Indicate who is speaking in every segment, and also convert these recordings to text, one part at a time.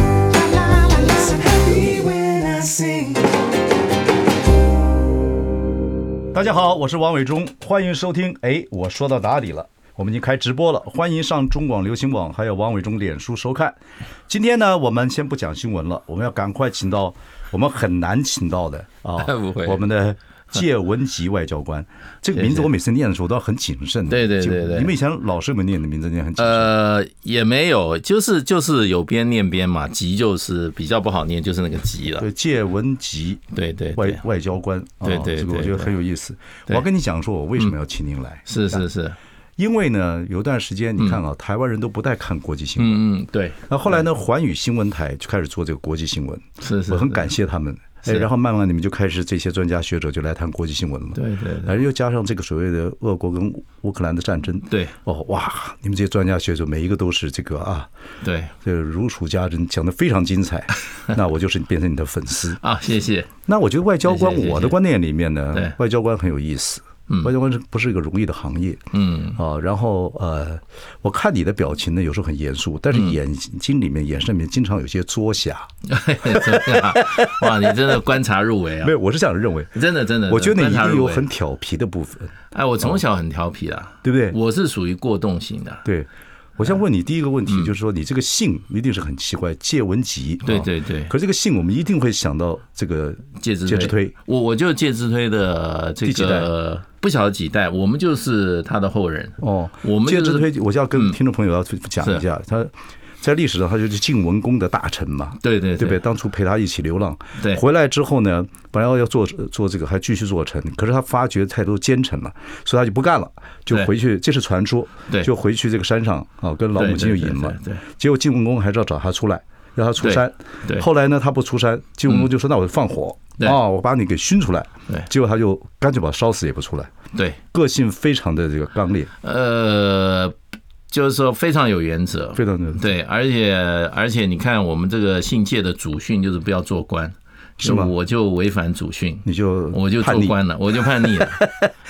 Speaker 1: So happy when I sing.
Speaker 2: 大家好，我是王伟忠，欢迎收听。哎，我说到哪里了？我们已经开直播了，欢迎上中广流行网还有王伟忠脸书收看。今天呢，我们先不讲新闻了，我们要赶快请到我们很难请到的啊，
Speaker 3: 不会
Speaker 2: 我们的谢文吉外交 官。这个名字我每次念的时候都要很谨慎的。
Speaker 3: 对对对
Speaker 2: 就
Speaker 3: 对
Speaker 2: 你们以前老师们念的名字念很谨慎。
Speaker 3: 呃，也没有，就是就是有边念边嘛，急就是比较不好念，就是那个急了
Speaker 2: 对，。谢文吉
Speaker 3: 对对
Speaker 2: 外
Speaker 3: 呃对，
Speaker 2: 外交官，啊
Speaker 3: 对对
Speaker 2: 这个我
Speaker 3: 对
Speaker 2: 觉得
Speaker 3: 对
Speaker 2: 很有意思。我
Speaker 3: 对嗯
Speaker 2: 要跟你讲说，我为什么要请您来？
Speaker 3: 是是是，
Speaker 2: 因为呢，有段时间你看啊，台湾人都不太看国际新闻。
Speaker 3: 嗯嗯嗯，对，
Speaker 2: 那后来呢，环宇新闻台就开始做这个国际新闻，
Speaker 3: 是是，
Speaker 2: 我很
Speaker 3: 是
Speaker 2: 感谢他们。哎，
Speaker 3: 是
Speaker 2: 然后慢慢你们就开始这些专家学者就来谈国际新闻了。
Speaker 3: 对对对
Speaker 2: 而又加上这个所谓的俄国跟乌克兰的战争，
Speaker 3: 对
Speaker 2: 哦哇，你们这些专家学者每一个都是这个啊，
Speaker 3: 对
Speaker 2: 这个如数家珍，讲的非常精 彩。那我就是变成你的粉丝。
Speaker 3: 啊，谢谢，
Speaker 2: 那我觉得外交官，
Speaker 3: 谢谢谢谢
Speaker 2: 我的观念里面呢
Speaker 3: 对，
Speaker 2: 外交官很有意思。外交官是不是一个容易的行业？
Speaker 3: 嗯，
Speaker 2: 啊，然后呃，我看你的表情呢，有时候很严肃，但是
Speaker 3: 嗯
Speaker 2: 眼睛里面、眼神里面经常有些作瞎。
Speaker 3: 啊怎么样？哇，你真的观察入微啊
Speaker 2: 没！有，我是这样认为。
Speaker 3: 真的真的，
Speaker 2: 我觉得你
Speaker 3: 观
Speaker 2: 一
Speaker 3: 察
Speaker 2: 定
Speaker 3: 入
Speaker 2: 有
Speaker 3: 微
Speaker 2: 很调皮的部分，
Speaker 3: 哎，我从小很调皮啦，
Speaker 2: 对不对哦
Speaker 3: 我是属于过动型的，
Speaker 2: 对。我想问你第一个问题，就是说你这个姓一定是很奇怪，介文吉。
Speaker 3: 嗯对
Speaker 2: 啊
Speaker 3: 对对
Speaker 2: 可是这个姓我们一定会想到这个
Speaker 3: 介之
Speaker 2: 介之推，
Speaker 3: 我我就介之推的这
Speaker 2: 第几代
Speaker 3: 个不晓得几代，我们就是他的后人
Speaker 2: 哦，
Speaker 3: 我们嗯
Speaker 2: 介之
Speaker 3: 就是
Speaker 2: 推，我就要跟听众朋友要讲一下，他在历史上他就是晋文公的大臣嘛，
Speaker 3: 对对
Speaker 2: 对不对？当初陪他一起流浪，
Speaker 3: 对
Speaker 2: 回来之后呢，本来要要做做这个，还继续做臣，可是他发觉太多奸臣了，所以他就不干了，就
Speaker 3: 对
Speaker 2: 回去，这是传说，
Speaker 3: 对
Speaker 2: 就回去这个山上啊，跟老母亲就隐嘛
Speaker 3: 对对对对对，
Speaker 2: 结果晋文公还是要找他出来。让他出
Speaker 3: 对
Speaker 2: 山，
Speaker 3: 对嗯
Speaker 2: 后来呢，他不出山，晋文公就说：“那我就放火
Speaker 3: 对
Speaker 2: 啊，我把你给熏出来。”
Speaker 3: 对
Speaker 2: 结果他就干脆把他烧死也不出来，
Speaker 3: 对，
Speaker 2: 个性非常的这个刚烈。
Speaker 3: 呃，就是说非常有原则，
Speaker 2: 非常有原则
Speaker 3: 对，而且而且你看我们这个信界的祖训就是不要做官，
Speaker 2: 是吗
Speaker 3: 就我就违反祖训，
Speaker 2: 你就
Speaker 3: 我就做
Speaker 2: 叛逆
Speaker 3: 官了，我就叛逆了，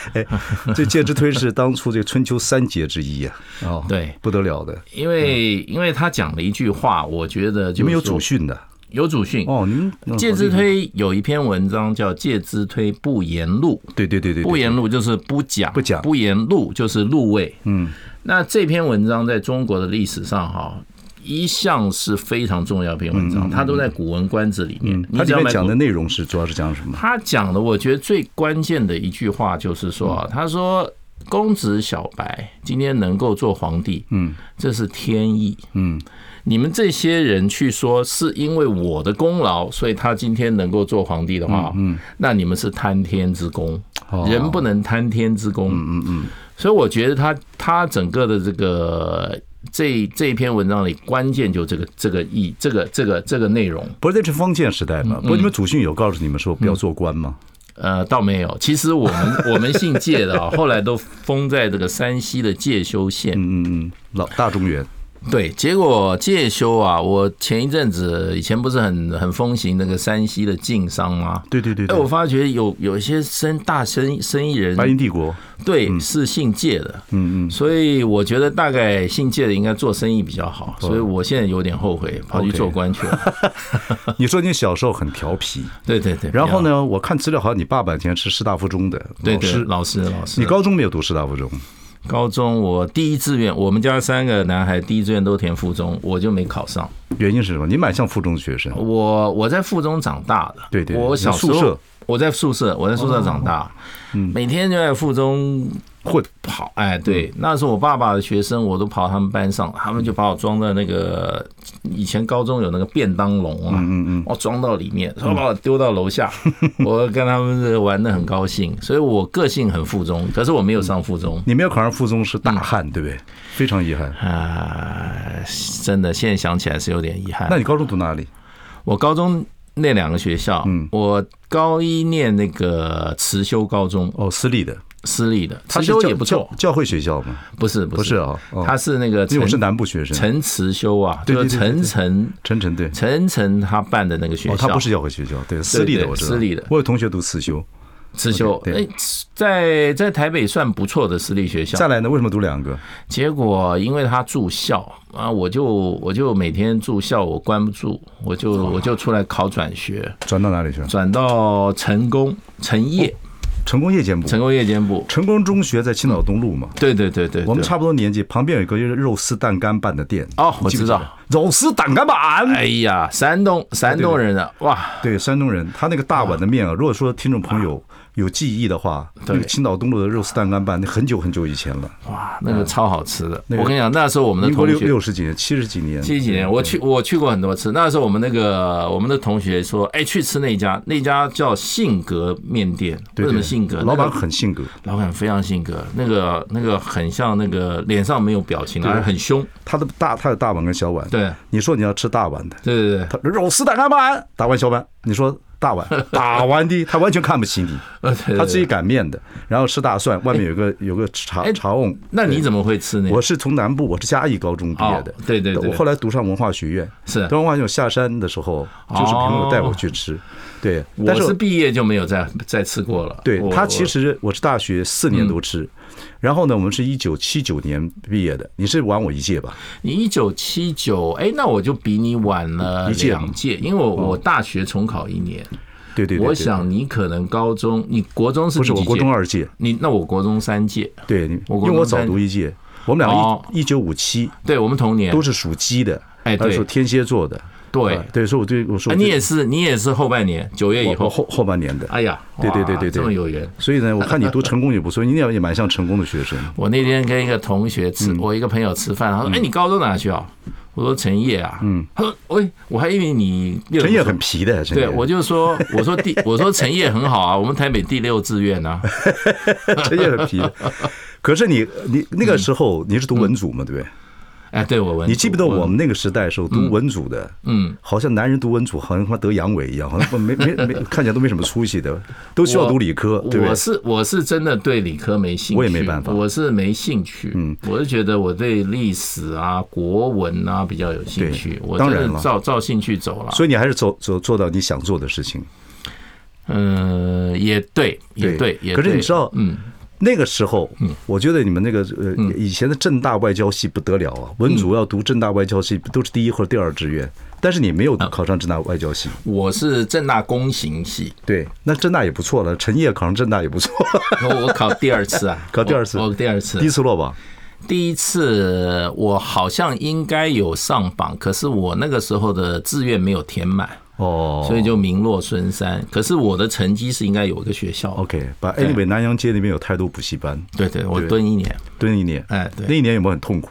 Speaker 2: 这介之推是当初这个春秋三杰之一 呀、啊，哦，
Speaker 3: 对
Speaker 2: 不得了的，
Speaker 3: 因为因为他讲了一句话，我觉
Speaker 2: 嗯
Speaker 3: 得
Speaker 2: 你
Speaker 3: 就
Speaker 2: 们有
Speaker 3: 是说
Speaker 2: 祖训的
Speaker 3: 有祖训
Speaker 2: 哦，您嗯
Speaker 3: 介之推有一篇文章叫《介之推不言录》，
Speaker 2: 对对对对，
Speaker 3: 不
Speaker 2: 对
Speaker 3: 言录就是不讲，
Speaker 2: 不讲
Speaker 3: 不言录就是录位。嗯，那这篇文章在中国的历史上哈，一向是非常重要一篇
Speaker 2: 嗯
Speaker 3: 文章，它都在《古文观止》里面。你
Speaker 2: 它
Speaker 3: 只
Speaker 2: 里
Speaker 3: 要
Speaker 2: 面
Speaker 3: 买
Speaker 2: 讲的
Speaker 3: 古
Speaker 2: 内容是主要是讲什么？
Speaker 3: 他讲的，我觉得最关键的一句话就是说啊，他说公子小白今天能够做皇帝，嗯，这是天意，嗯。你们这些人去说是因为我的功劳，所以他今天能够做皇帝的话，嗯，那你们是贪天之功，人不能贪天之功，嗯嗯。所以我觉得他他整个的这个这这一篇文章里，关键就这个这个意这个这个这个内容，
Speaker 2: 不是那是封建时代
Speaker 3: 嗯
Speaker 2: 嘛？不是你们祖训有告诉你们说不要做官吗？
Speaker 3: 呃，倒没有。其实我们 我们姓介的啊，后来都封在这个山西的介休县。
Speaker 2: 嗯嗯嗯，老大中原
Speaker 3: 对，结果介休啊，我前一阵子以前不是很很风行那个山西的晋商吗？
Speaker 2: 对对对对
Speaker 3: 哎，我发觉有有一些生大生生意人，
Speaker 2: 白银帝嗯国，
Speaker 3: 对，是姓介的。嗯嗯。所以我觉得大概姓介的应该做生意比较好，所以我现在有点后悔跑去
Speaker 2: 哦 OK
Speaker 3: 做官去了。
Speaker 2: 你说你小时候很调 皮，
Speaker 3: 对对对。
Speaker 2: 然后
Speaker 3: 比较？
Speaker 2: 呢，我看资料好像你爸爸以前是师大附中的
Speaker 3: 对
Speaker 2: 老
Speaker 3: 对，
Speaker 2: 师，
Speaker 3: 老师老师，
Speaker 2: 你高中没有读师大附中，
Speaker 3: 高中我第一志愿，我们家三个男孩第一志愿都填附中，我就没考上。
Speaker 2: 原因是什么？你蛮像附中学生，
Speaker 3: 哦我我在附中长大的，
Speaker 2: 对对对
Speaker 3: 我小时
Speaker 2: 你在宿
Speaker 3: 候
Speaker 2: 舍哦嗯
Speaker 3: 我在宿舍，我在宿舍长大，每天就在附中
Speaker 2: 混
Speaker 3: 跑。哎，
Speaker 2: 嗯
Speaker 3: 对，那时候我爸爸的学生，我都跑他们班上，他们就把我装在那个以前高中有那个便当笼啊，嗯嗯，我装到里面，然后把我丢到 楼下，我跟他们是玩的很高兴，所以我个性很附中，可是我没有上附中。
Speaker 2: 你没有考上附中是
Speaker 3: 嗯
Speaker 2: 大汉，对不对？非常遗憾。
Speaker 3: 啊，真的，现在想起来是有点遗憾。
Speaker 2: 那你高中读哪里？
Speaker 3: 我高中那两个学校，嗯，我高一念那个慈修高中，
Speaker 2: 哦，私立的，
Speaker 3: 私立的，
Speaker 2: 他
Speaker 3: 慈
Speaker 2: 是
Speaker 3: 修
Speaker 2: 教
Speaker 3: 也不错
Speaker 2: 教，教会学校吗？
Speaker 3: 不是
Speaker 2: 不
Speaker 3: 不
Speaker 2: 是啊哦
Speaker 3: 他是那个
Speaker 2: 因为我是
Speaker 3: 陈
Speaker 2: 南部学生，
Speaker 3: 陈慈修啊，
Speaker 2: 对对对
Speaker 3: 就是
Speaker 2: 对对
Speaker 3: 陈诚
Speaker 2: 陈晨对，
Speaker 3: 陈诚他办的那个学校，
Speaker 2: 哦，他不是教会学校，对，私立的
Speaker 3: 对
Speaker 2: 我知道，
Speaker 3: 私立的
Speaker 2: 我有同学读刺修，
Speaker 3: 慈修，
Speaker 2: OK，对哦
Speaker 3: 哎，在在台北算不错的私立学校
Speaker 2: 再。来呢，为什么读两个？
Speaker 3: 结果因为他住校啊，我就我就每天住校，我关不住，我就
Speaker 2: 哦
Speaker 3: 我就出来考转学，
Speaker 2: 转到哪里去了？
Speaker 3: 转到成功成业
Speaker 2: 哦成功夜间部，
Speaker 3: 成功夜间部。
Speaker 2: 成功中学在青岛东路嘛。
Speaker 3: 对对对对，对
Speaker 2: 我们差不多年纪，旁边有一个肉丝蛋干拌的店
Speaker 3: 哦
Speaker 2: 你记不记得
Speaker 3: 我知道
Speaker 2: 肉丝蛋干拌。
Speaker 3: 哎呀，山东山东人啊，哇，
Speaker 2: 对，山东人，他那个大碗的面啊，如果说听众朋友有记忆的话，那
Speaker 3: 啊对
Speaker 2: 个青岛东路的肉丝蛋干拌，那很久很久以前了，
Speaker 3: 那个超好吃的。
Speaker 2: 嗯那个
Speaker 3: 我跟你讲，那时候我们的
Speaker 2: 民国
Speaker 3: 同
Speaker 2: 六
Speaker 3: 学
Speaker 2: 六十几年、七十几年，
Speaker 3: 七几年，我去我去过很多次。那时候我们那个我们的同学说，哎，去吃那家，那家叫性格面店。
Speaker 2: 对
Speaker 3: 为
Speaker 2: 对
Speaker 3: 什么性格？
Speaker 2: 老板
Speaker 3: 那个
Speaker 2: 很性格，
Speaker 3: 老板非常性格，那个那个很像那个脸上没有表情，而很凶。
Speaker 2: 他的大他的大碗跟小碗，
Speaker 3: 对
Speaker 2: 你说你要吃大碗的，
Speaker 3: 对对对，
Speaker 2: 他肉丝蛋干拌，打完小碗，你说大 碗打完的，他完全看不起你，
Speaker 3: 呃， 对对对
Speaker 2: 他自己擀面的，然后吃大蒜，外面有个有个茶
Speaker 3: 哎
Speaker 2: 茶瓮。
Speaker 3: 那你怎么会吃那
Speaker 2: 我
Speaker 3: 个？
Speaker 2: 是从南部，我是嘉义高中毕业的
Speaker 3: 哦，对对对对
Speaker 2: 我后来读上文化学院，
Speaker 3: 是
Speaker 2: 读上文化学院下山的时候，就是朋友带我去吃，对，但
Speaker 3: 哦我
Speaker 2: 是
Speaker 3: 是毕业就没有再再吃过了。
Speaker 2: 对
Speaker 3: 我嗯
Speaker 2: 他其实我是大学四年都吃，然后呢，我们是一九七九年毕业的，你是晚我一届吧？
Speaker 3: 你一九七九，哎，那我就比你晚了
Speaker 2: 一届
Speaker 3: 两届，因为我我大学重考一年。
Speaker 2: 嗯对对对，
Speaker 3: 我
Speaker 2: 对
Speaker 3: 想你可能高中，你国中是
Speaker 2: 不是
Speaker 3: 第
Speaker 2: 我
Speaker 3: 几
Speaker 2: 国
Speaker 3: 届
Speaker 2: 中二届，
Speaker 3: 你那我国中三届，
Speaker 2: 对，你
Speaker 3: 我
Speaker 2: 因为
Speaker 3: 国中
Speaker 2: 我早
Speaker 3: 三
Speaker 2: 读一届，我们俩
Speaker 3: 哦
Speaker 2: 一一九五七
Speaker 3: 对我们同年
Speaker 2: 都是属鸡的，
Speaker 3: 哎
Speaker 2: 还
Speaker 3: 对
Speaker 2: 属天蝎座的，
Speaker 3: 对
Speaker 2: 啊。对，所以我对我说我
Speaker 3: 啊，你
Speaker 2: 对
Speaker 3: 也是，你也是后半年九月以
Speaker 2: 我我
Speaker 3: 后，
Speaker 2: 后后半年的，
Speaker 3: 哎呀，
Speaker 2: 对对对
Speaker 3: 哇
Speaker 2: 对对，
Speaker 3: 这么有缘。
Speaker 2: 所以呢，我看你读成功也不错，你也也蛮像成功的学生。
Speaker 3: 我那天跟一个同学
Speaker 2: 嗯
Speaker 3: 吃，我一个朋友吃饭，他说：“哎，你高中哪去啊？”我说：“陈烨啊。”嗯，他说：“喂，我还以为你六
Speaker 2: 陈烨很皮的，陈烨
Speaker 3: 对，我就说，我说第，我说陈烨很好啊，我们台北第六志愿啊。
Speaker 2: 陈烨很皮 的。可是你你那个时候你是读文组嘛，对不对？
Speaker 3: 哎，对我文组，
Speaker 2: 你记不记得我们那个时代的时候读文组的，嗯，好像男人读文组好像他妈得阳痿一样， 好像没没没看起来都没什么出息的，都需要读理科，对不对
Speaker 3: 我？是我是真的对理科没兴趣，
Speaker 2: 我也没办法
Speaker 3: 我是没兴趣。嗯，我是觉得我对历史啊、国文啊比较有兴趣
Speaker 2: 对，
Speaker 3: 我
Speaker 2: 当
Speaker 3: 真
Speaker 2: 然
Speaker 3: 的
Speaker 2: 了
Speaker 3: 照照兴趣走了。
Speaker 2: 所以你还是走走做到你想做的事情。
Speaker 3: 嗯，也对，也对，也对。
Speaker 2: 可是你知道，
Speaker 3: 嗯，
Speaker 2: 那个时候，我觉得你们那个呃，以前的政大外交系不得了
Speaker 3: 嗯
Speaker 2: 啊，文组要读政大外交系都是第一或者第二志愿，但是你没有考上政大外交系，
Speaker 3: 我是正大工行系，
Speaker 2: 对，那政大也不错了，陈烨考上政大也不 错，，
Speaker 3: 我我考第二次啊
Speaker 2: 考第二次
Speaker 3: 我我第二次
Speaker 2: 第一，次落榜，
Speaker 3: 第一次我好像应该有上榜，可是我那个时候的志愿没有填满，
Speaker 2: 哦，
Speaker 3: 所以就名落孙山。可是我的成绩是应该有一个学校
Speaker 2: OK，把 anyway 南洋街那边有太多补习班，
Speaker 3: 对对，我蹲一年。
Speaker 2: 蹲一年，
Speaker 3: 哎对
Speaker 2: 那一年有没有很痛苦？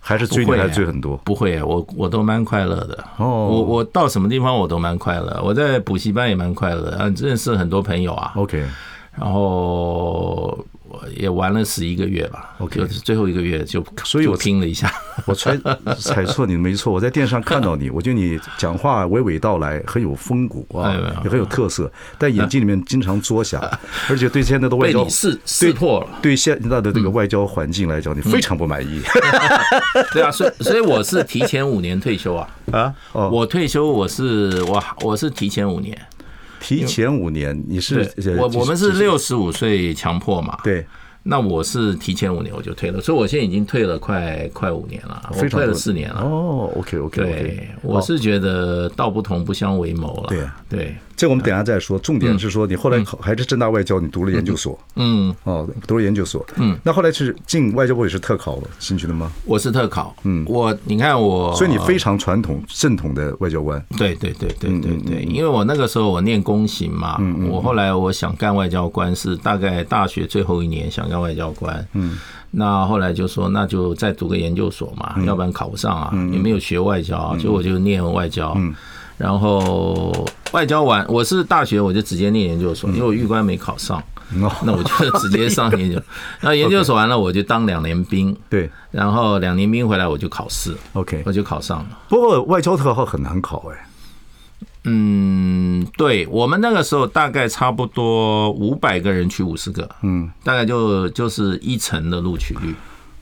Speaker 2: 还是追你
Speaker 3: 不会啊
Speaker 2: 还是追很多？
Speaker 3: 不会，啊我我都蛮快乐的。
Speaker 2: 哦
Speaker 3: 我我到什么地方我都蛮快乐，我在补习班也蛮快乐，啊，认识很多朋友啊，
Speaker 2: OK，
Speaker 3: 然后我也玩了十一个月吧。
Speaker 2: OK
Speaker 3: 就是最后一个月就
Speaker 2: 所以我
Speaker 3: 就拼了一 下。
Speaker 2: 我猜猜错你没错，我在电视上看到你，我觉得你讲话娓娓道来，很有风骨啊
Speaker 3: 哎没有，
Speaker 2: 也很有特色，但眼睛里面经常作 瞎，而且对现在的外
Speaker 3: 被
Speaker 2: 交
Speaker 3: 你嗯识识破了，
Speaker 2: 对现在的这个外交环境来讲，你非常不满意
Speaker 3: 嗯对啊，所以所以我是提前五年退休啊。
Speaker 2: 啊。哦，
Speaker 3: 我退休我是我我是提前五年，
Speaker 2: 提前五年，你是呃
Speaker 3: 我
Speaker 2: 几
Speaker 3: 我们
Speaker 2: 几
Speaker 3: 是六十五岁强迫嘛，，
Speaker 2: 对，
Speaker 3: 那我是提前五年我就退了，所以我现在已经退了快快五年了，我
Speaker 2: 非常
Speaker 3: 退了
Speaker 2: 多
Speaker 3: 四年了。
Speaker 2: 哦，OK OK，
Speaker 3: 啊对，我是觉得道不同不相为谋了。
Speaker 2: 对啊
Speaker 3: 对，
Speaker 2: 这我们等一下再说。重点是说，你后来考还是正大外交，你读了研究所，
Speaker 3: 嗯，
Speaker 2: 哦，读了研究所，嗯，那后来是进外交部也是特考了进去的吗？
Speaker 3: 我是特考，嗯，我你看我，
Speaker 2: 所以你非常传统正统的外交官，
Speaker 3: 对对对
Speaker 2: 嗯
Speaker 3: 对对对，因为我那个时候我念公行嘛，我后来我想干外交官是大概大学最后一年想干外交官，嗯，那后来就说那就再读个研究所嘛，
Speaker 2: 嗯
Speaker 3: 要不然考不上啊，也没有学外交啊，所以我就念外交，
Speaker 2: 嗯
Speaker 3: 然后外交完我是大学我就直接念研究所，因为我预官没考上，
Speaker 2: 嗯哦，
Speaker 3: 那我就直接上 研究，那研究所完了我就当两年兵，
Speaker 2: 对
Speaker 3: 然后两年兵回来我就考试，
Speaker 2: ，OK
Speaker 3: 我。就考上了。
Speaker 2: 不过外交特考很难考哎，
Speaker 3: 嗯，对我们那个时候大概差不多五百个人取五十个，嗯，大概就就是一成的录取率。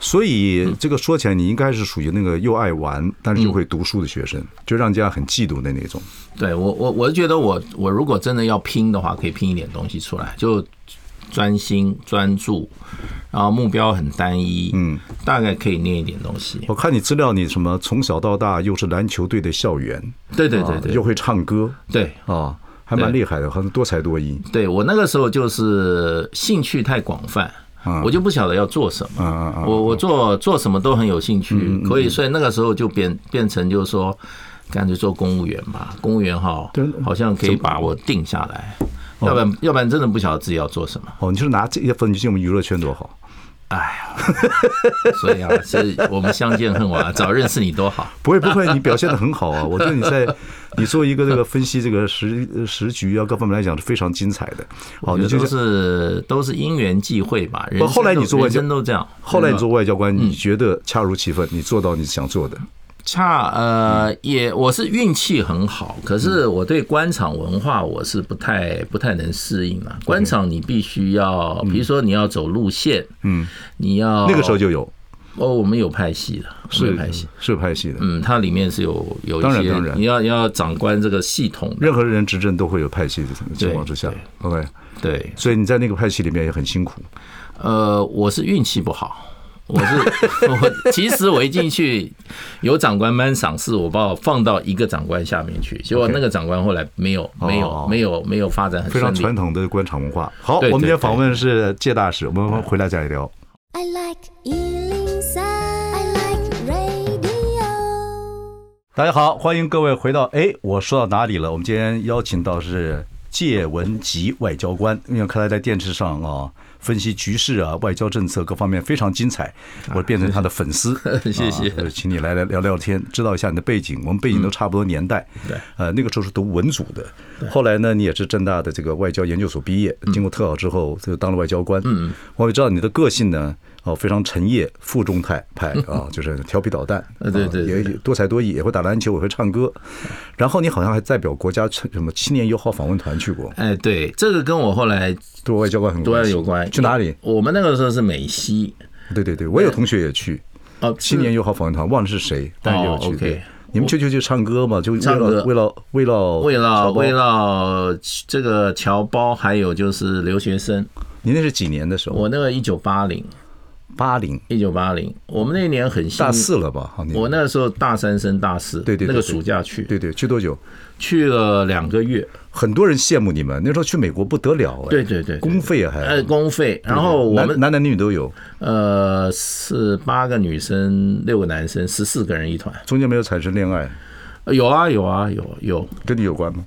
Speaker 2: 所以这个说起来，你应该是属于那个又爱玩，但是又会读书的学
Speaker 3: 嗯
Speaker 2: 生，就让人家很嫉妒的那种。
Speaker 3: 对我，我我是觉得我我如果真的要拼的话，可以拼一点东西出来，就专心专注，然后目标很单一，嗯，哦大概可以念一点东西。
Speaker 2: 我看你资料，你什么从小到大又是篮球队的校员，
Speaker 3: 对对对
Speaker 2: 啊
Speaker 3: 对哦
Speaker 2: 又会唱歌
Speaker 3: 对
Speaker 2: 啊，还蛮厉害的，好像多才多艺。
Speaker 3: 对，我那个时候就是兴趣太广泛。我就不晓得要做什
Speaker 2: 嗯嗯嗯嗯
Speaker 3: 么，我我做做什么都很有兴趣，所以所以那个时候就变变成就是说，干脆做公务员吧，公务员哈
Speaker 2: 对，哦
Speaker 3: 好像可以把我定下来，要不然要不然真的不晓得自己要做什么。
Speaker 2: 哦，你就是拿这些分你进我们娱乐圈多好。
Speaker 3: 哎呀，所以啊，是我们相见恨晚，早认识你多好。
Speaker 2: 不会不会，你表现的很好 啊！我觉得你在你做一个这个分析这个时时局啊各方面来讲是非常精彩的。好，
Speaker 3: 我
Speaker 2: 哦你
Speaker 3: 觉得
Speaker 2: 就
Speaker 3: 都
Speaker 2: 是
Speaker 3: 是都是因缘际会吧。人
Speaker 2: 不
Speaker 3: 生
Speaker 2: 后来你
Speaker 3: 都
Speaker 2: 做外
Speaker 3: 人
Speaker 2: 交
Speaker 3: 生都这样。嗯
Speaker 2: 后来你做
Speaker 3: 对吧
Speaker 2: 外交官，你觉得恰如其分，你做到你想做的。
Speaker 3: 差呃也我是运气很好，可是
Speaker 2: 嗯
Speaker 3: 我对官场文化我是不太不太能适应啊。官场你必须要，比如说你要走路线，嗯，你要
Speaker 2: 那个时候就有
Speaker 3: 哦，我们有派系的，我们
Speaker 2: 是
Speaker 3: 有派系。
Speaker 2: 是拍戏的，
Speaker 3: 嗯，它里面是有有
Speaker 2: 当
Speaker 3: 一
Speaker 2: 然
Speaker 3: 些
Speaker 2: 当然
Speaker 3: 你要要掌管这个系统的，
Speaker 2: 任何人执政都会有派系的情况之下
Speaker 3: 对。
Speaker 2: OK，
Speaker 3: 对，
Speaker 2: 所以你在那个派系里面也很辛苦。
Speaker 3: 呃，我是运气不好，我是 我其实我一进去有长官颁赏识，我把我放到一个长官下面去，结果
Speaker 2: OK
Speaker 3: 那个长官后来没有没
Speaker 2: 哦
Speaker 3: 有没有没有发展很
Speaker 2: 非常
Speaker 3: 顺
Speaker 2: 传
Speaker 3: 利。
Speaker 2: 统的官场文化。好，我
Speaker 3: 对
Speaker 2: 们今
Speaker 3: 对
Speaker 2: 天访问是介大使，我们回来再聊。
Speaker 4: I like Ealing Sound. I like radio.
Speaker 2: 大家好，欢迎各位回到哎，我说到哪里了？我们今天邀请到是谢文吉外交官，因为看他在电视上啊分析局势啊、外交政策各方面非常精彩，我变成他的粉丝，
Speaker 3: 啊 谢谢
Speaker 2: 啊呃请你来来聊聊天，知道一下你的背景，我们背景都差不多年代，
Speaker 3: 对
Speaker 2: 呃，那个时候是读文组的，后来呢，你也是政大的这个外交研究所毕业，
Speaker 3: 嗯
Speaker 2: 经过特考之后就当了外交官，嗯，我也知道你的个性呢。哦，非常沉业、负重态 派啊，就是调皮捣蛋，
Speaker 3: 呃对对
Speaker 2: 啊
Speaker 3: 对
Speaker 2: 也也多才多艺，也会打篮球，也会唱歌。然后你好像还代表国家什么青年友好访问团去过，
Speaker 3: 哎，对，这个跟我后来
Speaker 2: 对外交官很
Speaker 3: 都要
Speaker 2: 关系
Speaker 3: 有关。
Speaker 2: 去哪里？
Speaker 3: 我们那个时候是美西，
Speaker 2: 对对对，我有同学也去
Speaker 3: 哦，
Speaker 2: 青年友好访问团，忘了是谁，但也有去。
Speaker 3: OK
Speaker 2: 对你们去就去唱歌嘛，就为
Speaker 3: 唱
Speaker 2: 了
Speaker 3: 歌
Speaker 2: 为了为了
Speaker 3: 为了
Speaker 2: 侨胞
Speaker 3: 为了这个侨胞，还有就是留学生。
Speaker 2: 你那是几年的时候？
Speaker 3: 我那个一九八零，
Speaker 2: 八零
Speaker 3: 一九八零，我们那年很幸
Speaker 2: 大
Speaker 3: 运。
Speaker 2: 四了吧？好，你
Speaker 3: 我那时候大三升大四，
Speaker 2: 对对对
Speaker 3: 那个
Speaker 2: 对
Speaker 3: 暑假去，
Speaker 2: 对对去多久？
Speaker 3: 去了两个月，
Speaker 2: 很多人羡慕你们，那时候去美国不得了哎，
Speaker 3: 对对对对
Speaker 2: 公费啊还
Speaker 3: 呃，公费，然后我
Speaker 2: 男
Speaker 3: 们
Speaker 2: 男男女女都有，
Speaker 3: 呃是八个女生，六个男生，十四个人一团，
Speaker 2: 中间没有产生恋爱，
Speaker 3: 呃有啊有啊有有，
Speaker 2: 跟你有关吗？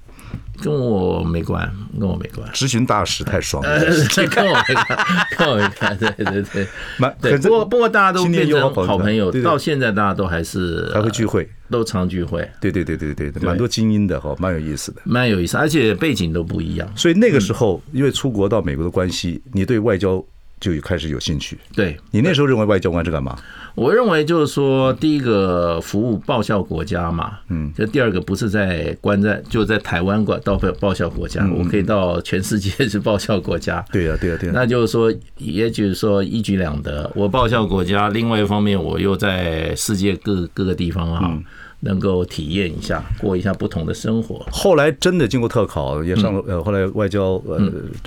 Speaker 3: 跟我没关，跟我没
Speaker 2: ，
Speaker 3: 关
Speaker 2: 执行大使太爽了。
Speaker 3: 这跟我没关， 跟我没关，对对对
Speaker 2: 蛮
Speaker 3: 对，
Speaker 2: 很
Speaker 3: 不过不过大家都
Speaker 2: 青年
Speaker 3: 变
Speaker 2: 友好
Speaker 3: 成
Speaker 2: 朋友
Speaker 3: 好朋友
Speaker 2: 对，对
Speaker 3: 到现在大家都还是
Speaker 2: 还会聚，会，
Speaker 3: 呃都常聚会，
Speaker 2: 对对对对对，对蛮多精英的哈，蛮有意思的。
Speaker 3: 蛮有意思，而且背景都不一样，
Speaker 2: 所以那个时候，因为出国到美国的关系，你对外交就有开始有兴趣。
Speaker 3: 对，
Speaker 2: 你那时候认为外交官是干嘛？
Speaker 3: 我认为就是说，第一个服务报效国家嘛，嗯，就第二个不是在关在就在台湾管到报效国家，我可以到全世界去报效国家。
Speaker 2: 嗯对呀、对呀、对呀、
Speaker 3: 那就是说，也就是说一举两得，我报效国家，另外一方面我又在世界各各个地方啊，
Speaker 2: 嗯
Speaker 3: 能够体验一下，过一下不同的生活。
Speaker 2: 后来真的经过特考，也上了呃，后来外交呃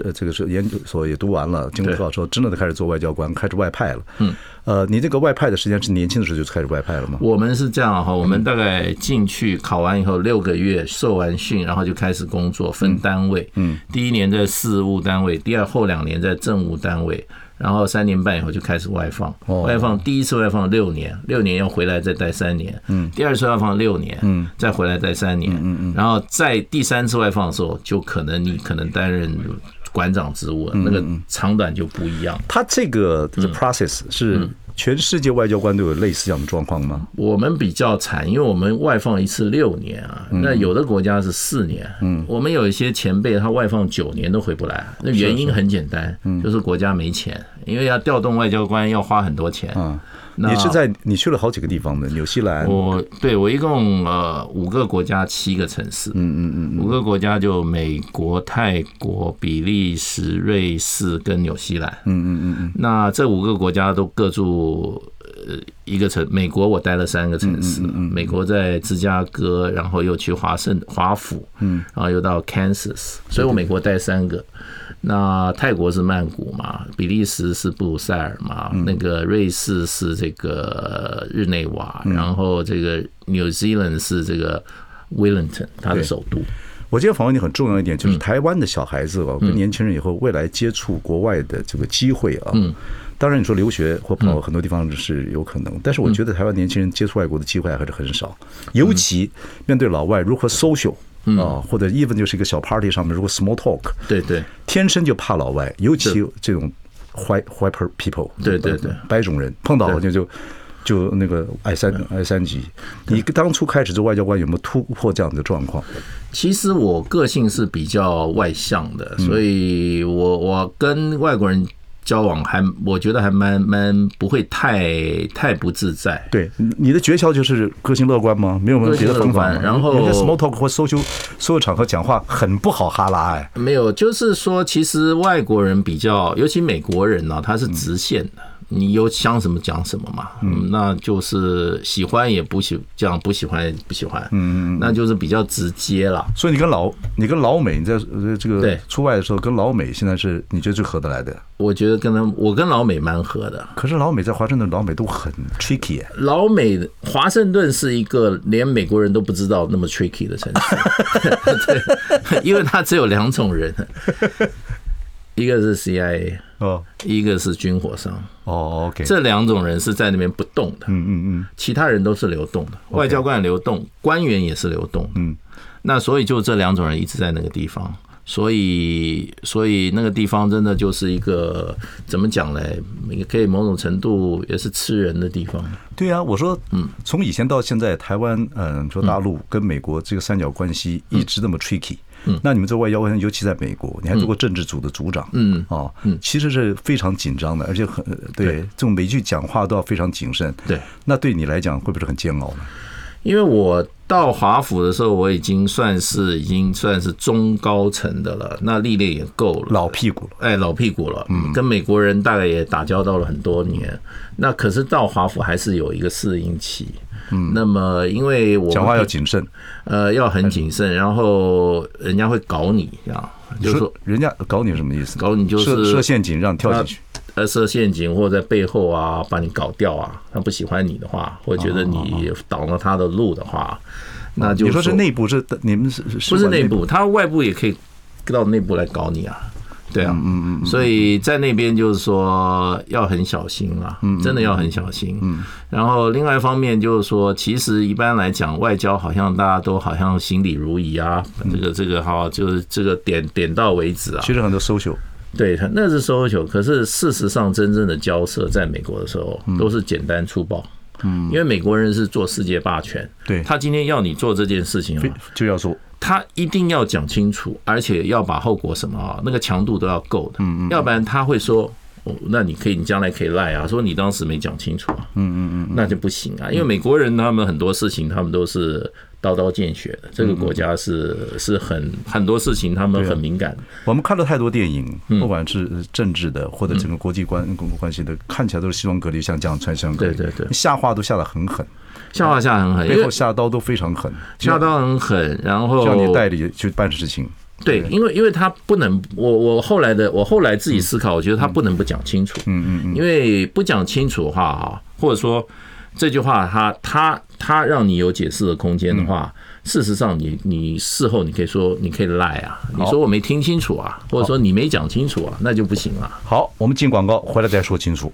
Speaker 2: 呃这个是研究所也读完了，经过特考之后，真的开始做外交官，开始外派了。嗯，呃，你这个外派的时间是年轻的时候就开始外派了吗？
Speaker 3: 我们是这样哈，我们大概进去考完以后六个月受完训，然后就开始工作，分单位。嗯，第一年在事务单位，第二后两年在政务单位，然后三年半以后就开始外放。
Speaker 2: 哦
Speaker 3: 外放第一次外放六年，六年要回来再待三年。嗯，第二次外放六年，嗯，再回来待三年。嗯嗯，然后在第三次外放的时候，就可能你可能担任馆长职务了，那个长短就不一样。
Speaker 2: 他这个这 process 是全世界外交官都有类似这样的状况吗？
Speaker 3: 我们比较惨，因为我们外放一次六年啊，
Speaker 2: 嗯
Speaker 3: 那有的国家是四年，嗯，我们有一些前辈他外放九年都回不来，啊那
Speaker 2: 嗯
Speaker 3: 原因很简单，就是国家没钱，因为要调动外交官要花很多钱，
Speaker 2: 嗯，
Speaker 3: 那
Speaker 2: 你是在你去了好几个地方的，纽西兰，
Speaker 3: 我对我一共呃五个国家七个城市，嗯嗯嗯，五个国家就美国、泰国、比利时、瑞士跟纽西兰，嗯嗯嗯嗯。那这五个国家都各住呃一个城，美国我待了三个城市，美国在芝加哥，然后又去华盛华府，嗯，然后又到 Kansas，所以我美国待三个。那泰国是曼谷嘛，比利时是布鲁塞尔嘛，那个瑞士是这个日内瓦，然后这个 New Zealand 是这个 Wellington，它的首都。
Speaker 2: 我今天访问你很重要一点，
Speaker 3: 嗯
Speaker 2: 就是台湾的小孩子啊，跟年轻人以后未来接触国外的这个机会啊。
Speaker 3: 嗯
Speaker 2: 当然，你说留学或跑很多地方是有可能，但
Speaker 3: 嗯
Speaker 2: 是我觉得台湾年轻人接触外国的机会还是很少，尤其面对老外如何 social
Speaker 3: 嗯
Speaker 2: 啊，或者 even 就是一个小 party 上面如果 small talk，
Speaker 3: 对对
Speaker 2: 天生就怕老外，尤其这种坏坏 people，
Speaker 3: 对对对
Speaker 2: 白种人碰到了就就。就那个爱三爱三级，你当初开始做外交官有没有突破这样的状况？
Speaker 3: 其实我个性是比较外向的，所以我我跟外国人交往还我觉得还蛮蛮不会太太不自在。
Speaker 2: 对，你你的诀窍就是个性乐观吗？没有没有别的方法吗？
Speaker 3: 个性乐观然后
Speaker 2: 有些 small talk 或 social 所有场合讲话很不好哈拉哎，
Speaker 3: 没有，就是说，其实外国人比较，尤其美国人呢、啊他是直线的，你有想什么讲什么嘛，嗯，那就是喜欢也不喜这样，不喜欢也不喜欢，嗯，那就是比较直接了。
Speaker 2: 所以你跟老你跟老美你在呃这个
Speaker 3: 对
Speaker 2: 出外的时候跟老美现在是你觉得最合得来的，
Speaker 3: 我觉得跟他们，我跟老美蛮合的。
Speaker 2: 可是老美在华盛顿老美都很 tricky 哎，
Speaker 3: 老美华盛顿是一个连美国人都不知道那么 tricky 的城 市，对，因为它只有两种人，一个是 CIA，
Speaker 2: 哦
Speaker 3: 一个是军火商。
Speaker 2: 哦 OK，
Speaker 3: 这两种人是在那边不动的，嗯嗯嗯，其他人都是流动的，外交官流动，官员也是流动，嗯，那所以就这两种人一直在那个地方，所以所以那个地方真的就是一个怎么讲嘞，也可以某种程度也是吃人的地方，
Speaker 2: 对啊，我说嗯，从以前到现在台湾嗯、你说大陆跟美国这个三角关系一直那么 tricky。嗯，那你们做外交官，尤其在美国，
Speaker 3: 嗯
Speaker 2: 你还做过政治组的组长，嗯，哦，嗯，其实是非常紧张的，而且很呃对
Speaker 3: 对
Speaker 2: 这种每句讲话都要非常谨慎，
Speaker 3: 对，
Speaker 2: 那对你来讲会不会很煎熬呢？
Speaker 3: 因为我到华府的时候，我已经算是已经算是中高层的了，那历练也够了，
Speaker 2: 老屁股了，
Speaker 3: 哎，老屁股了，
Speaker 2: 嗯
Speaker 3: 跟美国人大概也打交道了很多年。那可是到华府还是有一个适应期。嗯，那么因为我
Speaker 2: 讲话要谨慎。
Speaker 3: 呃要很谨慎，然后人家会搞你，这样
Speaker 2: 你
Speaker 3: 就是说
Speaker 2: 人家搞你什么意思？
Speaker 3: 搞你就是
Speaker 2: 设设陷阱让你跳进去。
Speaker 3: 呃设陷阱或者在背后啊把你搞掉啊，他不喜欢你的话，或者
Speaker 2: 哦
Speaker 3: 觉得你挡了他的路的话，那就
Speaker 2: 你说是内部是你们是
Speaker 3: 不是
Speaker 2: 管
Speaker 3: 内部，他外部也可以到内部来搞你啊。对啊，嗯嗯，所以在那边就是说要很小心啦，嗯，真的要很小心。嗯，然后另外一方面就是说，其实一般来讲，外交好像大家都好像心里如一啊，这个这个哈，就是这个点点到为止啊。
Speaker 2: 其实很多 social
Speaker 3: 对，他那是 social，可是事实上真正的交涉在美国的时候都是简单粗暴，嗯，因为美国人是做世界霸权，
Speaker 2: 对
Speaker 3: 他今天要你做这件事情啊，
Speaker 2: 非就要说
Speaker 3: 他一定要讲清楚，而且要把后果什么啊，那个强度都要够的，嗯嗯，要不然他会说。哦，那你可以，你将来可以赖啊，说你当时没讲清楚啊，嗯嗯嗯，那就不行啊，因为美国人他们很多事情他们都是刀刀见血的，这个国家是是很很多事情他们很敏感的，
Speaker 2: 我们看了太多电影，
Speaker 3: 嗯
Speaker 2: 不管是呃政治的或者整个国际关公共关系的，看起来都是西装革履，像这样穿西装革履，
Speaker 3: 对对对
Speaker 2: 下话都下得很狠，
Speaker 3: 笑话下很狠，因
Speaker 2: 背
Speaker 3: 为
Speaker 2: 后下刀都非常狠，
Speaker 3: 下刀很狠，然后
Speaker 2: 就让你代理去办事情。
Speaker 3: 对，因为因为他不能，我我后来的我后来自己思考，我觉得他不能不讲清楚，嗯嗯嗯，因为不讲清楚的话啊，或者说这句话他他他让你有解释的空间的话，事实上你你事后你可以说你可以赖啊，你说我没听清楚啊，或者说你没讲清楚啊，那就不行了。
Speaker 2: 好，我们进广告，回来再说清楚。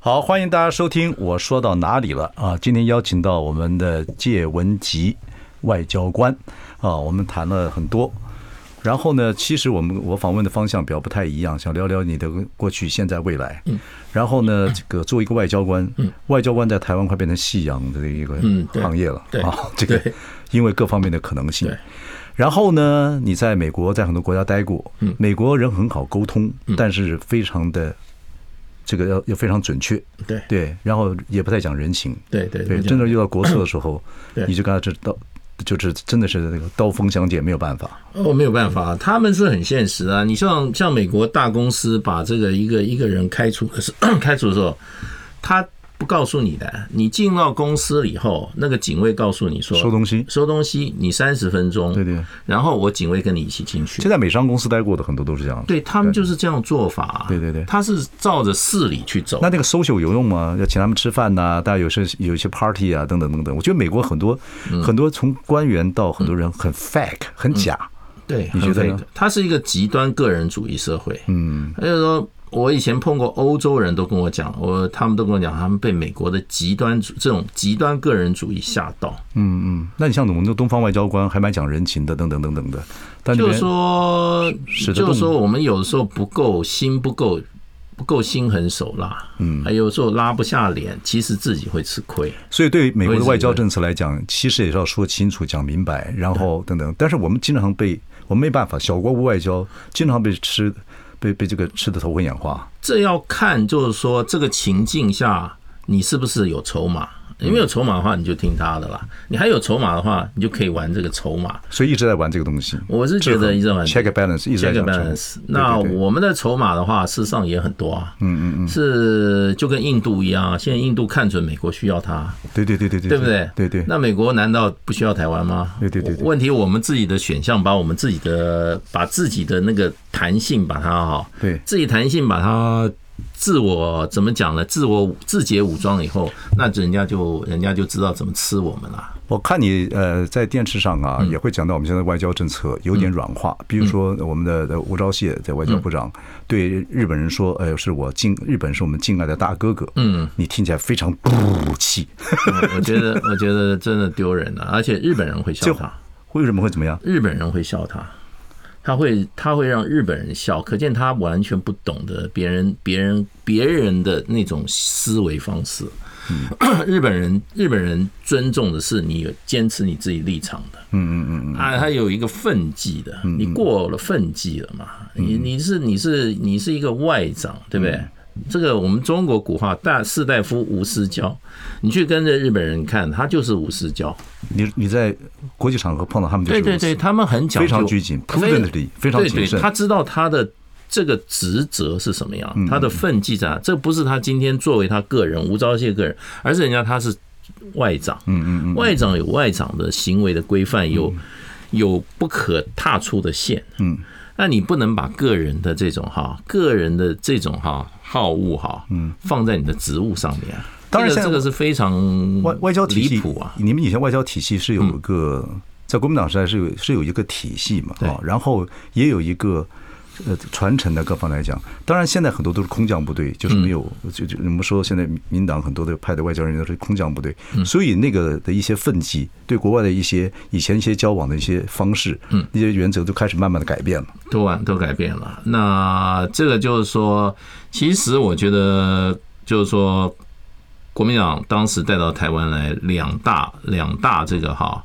Speaker 2: 好，欢迎大家收听。我说到哪里了啊？今天邀请到我们的介文吉外交官啊，我们谈了很多。然后呢，其实我们我访问的方向比较不太一样，想聊聊你的过去、现在、未来。嗯。然后呢，这个作为一个外交官，外交官在台湾快变成夕阳的一个
Speaker 3: 嗯嗯对
Speaker 2: 行业了、
Speaker 3: 对
Speaker 2: 啊，这个
Speaker 3: 对
Speaker 2: 因为各方面的可能性
Speaker 3: 对。
Speaker 2: 然后呢，你在美国，在很多国家待过，
Speaker 3: 嗯
Speaker 2: 美国人很好沟通，但是非常的这个要要非常准确，
Speaker 3: 对
Speaker 2: 对，然后也不太讲人情，
Speaker 3: 对对
Speaker 2: 对，
Speaker 3: 不讲
Speaker 2: 真的遇到国事的时候
Speaker 3: 对，
Speaker 2: 你就跟他这刀，就是真的是那个刀锋相见，没有办法，
Speaker 3: 哦，没有办法，他们是很现实啊。你像像美国大公司把这个一个一个人开除的时开除的时候， 他不告诉你的，你进到公司以后，那个警卫告诉你说
Speaker 2: 收东西
Speaker 3: 收东西，你三十分钟，
Speaker 2: 对对
Speaker 3: 然后我警卫跟你一起进去
Speaker 2: 现。在美商公司待过的很多都是这样，
Speaker 3: 对他们就是这样做法啊、
Speaker 2: 对对对
Speaker 3: 他是照着事理去走。
Speaker 2: 那那个 social 有用吗？要请他们吃饭呐、大家有些有一些 party 啊，等等等等。我觉得美国很多、
Speaker 3: 嗯
Speaker 2: 很多从官员到很多人很 fake 很假，
Speaker 3: 对，
Speaker 2: 你
Speaker 3: 很
Speaker 2: 觉得呢
Speaker 3: fake 它是一个极端个人主义社会。嗯，就是说我以前碰过欧洲人都跟我讲，我他们都跟我讲，他们被美国的极端主这种极端个人主义吓到。
Speaker 2: 那你像我们这东方外交官还蛮讲人情的，等等等等的。但
Speaker 3: 就是
Speaker 2: 是
Speaker 3: 说，
Speaker 2: 使得
Speaker 3: 就是说，
Speaker 2: 动
Speaker 3: 我们有的时候不够心不够。不够心狠手辣，嗯，还有时候拉不下脸，其实自己会吃亏。
Speaker 2: 所以对美国的外交政策来讲，其实也是要说清楚、讲明白，然后等等。但是我们经常被我们没办法，小国无外交，经常被吃被被这个吃的头昏眼花。
Speaker 3: 这要看，就是说这个情境下你是不是有筹码。你没有筹码的话，你就听他的啦；你还有筹码的话，你就可以玩这个筹码。
Speaker 2: 所以一直在玩这个东西。
Speaker 3: 我是觉
Speaker 2: 制
Speaker 3: 得
Speaker 2: 衡
Speaker 3: 一直很
Speaker 2: check and balance，一直在
Speaker 3: check
Speaker 2: 讲
Speaker 3: balance
Speaker 2: 对。对
Speaker 3: 那
Speaker 2: 对
Speaker 3: 我们的筹码的话，事实上也很多啊。嗯嗯嗯，是就跟印度一样，现在印度看准美国需要它，
Speaker 2: 对对对对对，
Speaker 3: 对不对？
Speaker 2: 对对。
Speaker 3: 那美国难道不需要台湾吗？
Speaker 2: 对对对对
Speaker 3: 问题我们自己的选项，把我们自己的把自己的那个弹性，把它哈，
Speaker 2: 对
Speaker 3: 自己弹性把它。自我怎么讲呢？自我自解武装以后，那人家就人家就知道怎么吃我们了。
Speaker 2: 我看你呃在电视上啊，
Speaker 3: 嗯
Speaker 2: 也会讲到我们现在外交政策有点软化，比如说我们的的吴钊燮在外交部长对日本人说，呃，是我敬日本是我们敬爱的大哥哥，嗯，你听起来非常不气，
Speaker 3: 我我觉得，我觉得真的丢人了，而且日本人会笑
Speaker 2: 就
Speaker 3: 他。
Speaker 2: 为什么会怎么样？
Speaker 3: 日本人会笑他，他会他会让日本人笑，可见他完全不懂得别人别人别人的那种思维方式。 日本人日本人尊重的是你有坚持你自己立场的，嗯嗯嗯嗯啊，他有一个分际的，你过了分际了嘛？你你是你是你是一个外长，对不对？这个我们中国古话“大士大夫无私交”，你去跟着日本人看，他就是无私交。
Speaker 2: 你你在国际场合碰到他们就是
Speaker 3: 对
Speaker 2: 如此
Speaker 3: 对对，他们很讲
Speaker 2: 非
Speaker 3: 究，
Speaker 2: 常拘谨
Speaker 3: 非
Speaker 2: prudently，非常谨
Speaker 3: 对对，
Speaker 2: 慎
Speaker 3: 他知道他的这个职责是什么
Speaker 2: 嗯
Speaker 3: 样，他的分际在哪。这不是他今天作为他个人吴钊燮个人，而是人家他是外长，嗯嗯，外长有外长的行为的规范，
Speaker 2: 嗯
Speaker 3: 有有不可踏出的线，嗯。那你不能把个人的这种哈，个人的这种哈好恶哈，嗯，放在你的职务上面啊。
Speaker 2: 当然
Speaker 3: 这个
Speaker 2: 现在
Speaker 3: 这个是非常
Speaker 2: 外外交体系
Speaker 3: 嗯离谱啊，嗯
Speaker 2: 你们以前外交体系是有一个、在国民党时代是有是有一个体系嘛
Speaker 3: 对
Speaker 2: 啊，然后也有一个。呃，传承的各方来讲，当然现在很多都是空降部队，就是没有，
Speaker 3: 嗯
Speaker 2: 就就我们说现在民党很多的派的外交人员都是空降部队，
Speaker 3: 嗯
Speaker 2: 所以那个的一些分际，对国外的一些以前一些交往的一些方式，嗯，一些原则都开始慢慢的改变了。
Speaker 3: 都晚都改变了。那这个就是说，其实我觉得就是说，国民党当时带到台湾来两大两大这个哈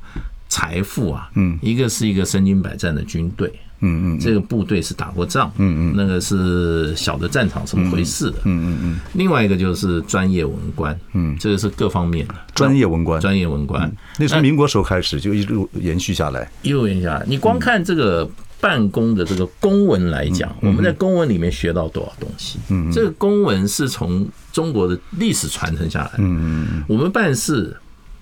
Speaker 3: 财富啊，嗯，一个是一个身经百战的军队。嗯嗯，这个部队是打过仗，嗯嗯，那个是小的战场，怎么回事的，嗯嗯嗯。另外一个就是专业文官，嗯，这个是各方面的
Speaker 2: 专业文官，
Speaker 3: 专业文官。
Speaker 2: 那从民国时候开始就一路延续下来。
Speaker 3: 又问一下，你光看这个办公的这个公文来讲，我们在公文里面学到多少东西？嗯，这个公文是从中国的历史传承下来的。嗯嗯，我们办事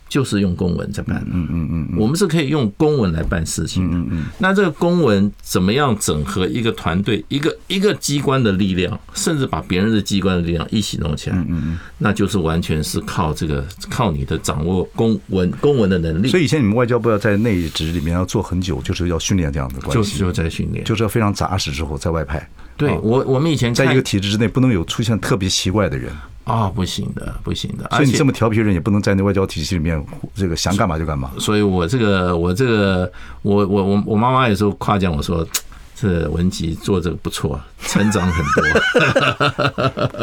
Speaker 3: 就是用公文在办的。嗯嗯嗯，我们是可以用公文来办事情的。嗯嗯，那这个公文怎么样整合一个团队、一个一个机关的力量，甚至把别人的机关的力量一起弄起来？嗯嗯，那就是完全是靠这个靠你的掌握公文公文的能力。
Speaker 2: 所以以前你们外交部要在内职里面要做很久，就是要训练这样的关系。
Speaker 3: 就是就在训练，
Speaker 2: 就是要非常扎实之后在外派。
Speaker 3: 对
Speaker 2: 啊
Speaker 3: 我，我们以前
Speaker 2: 在
Speaker 3: 看
Speaker 2: 一个体制之内不能有出现特别奇怪的人，
Speaker 3: 啊、不行的，不行的，
Speaker 2: 所
Speaker 3: 而
Speaker 2: 以你
Speaker 3: 且
Speaker 2: 这么调皮的人也不能在那外交体系里面这个想干嘛就干嘛。
Speaker 3: 所以我这个，我这个，我我我我妈妈有时候夸奖我说，这文集做这个不错，成长很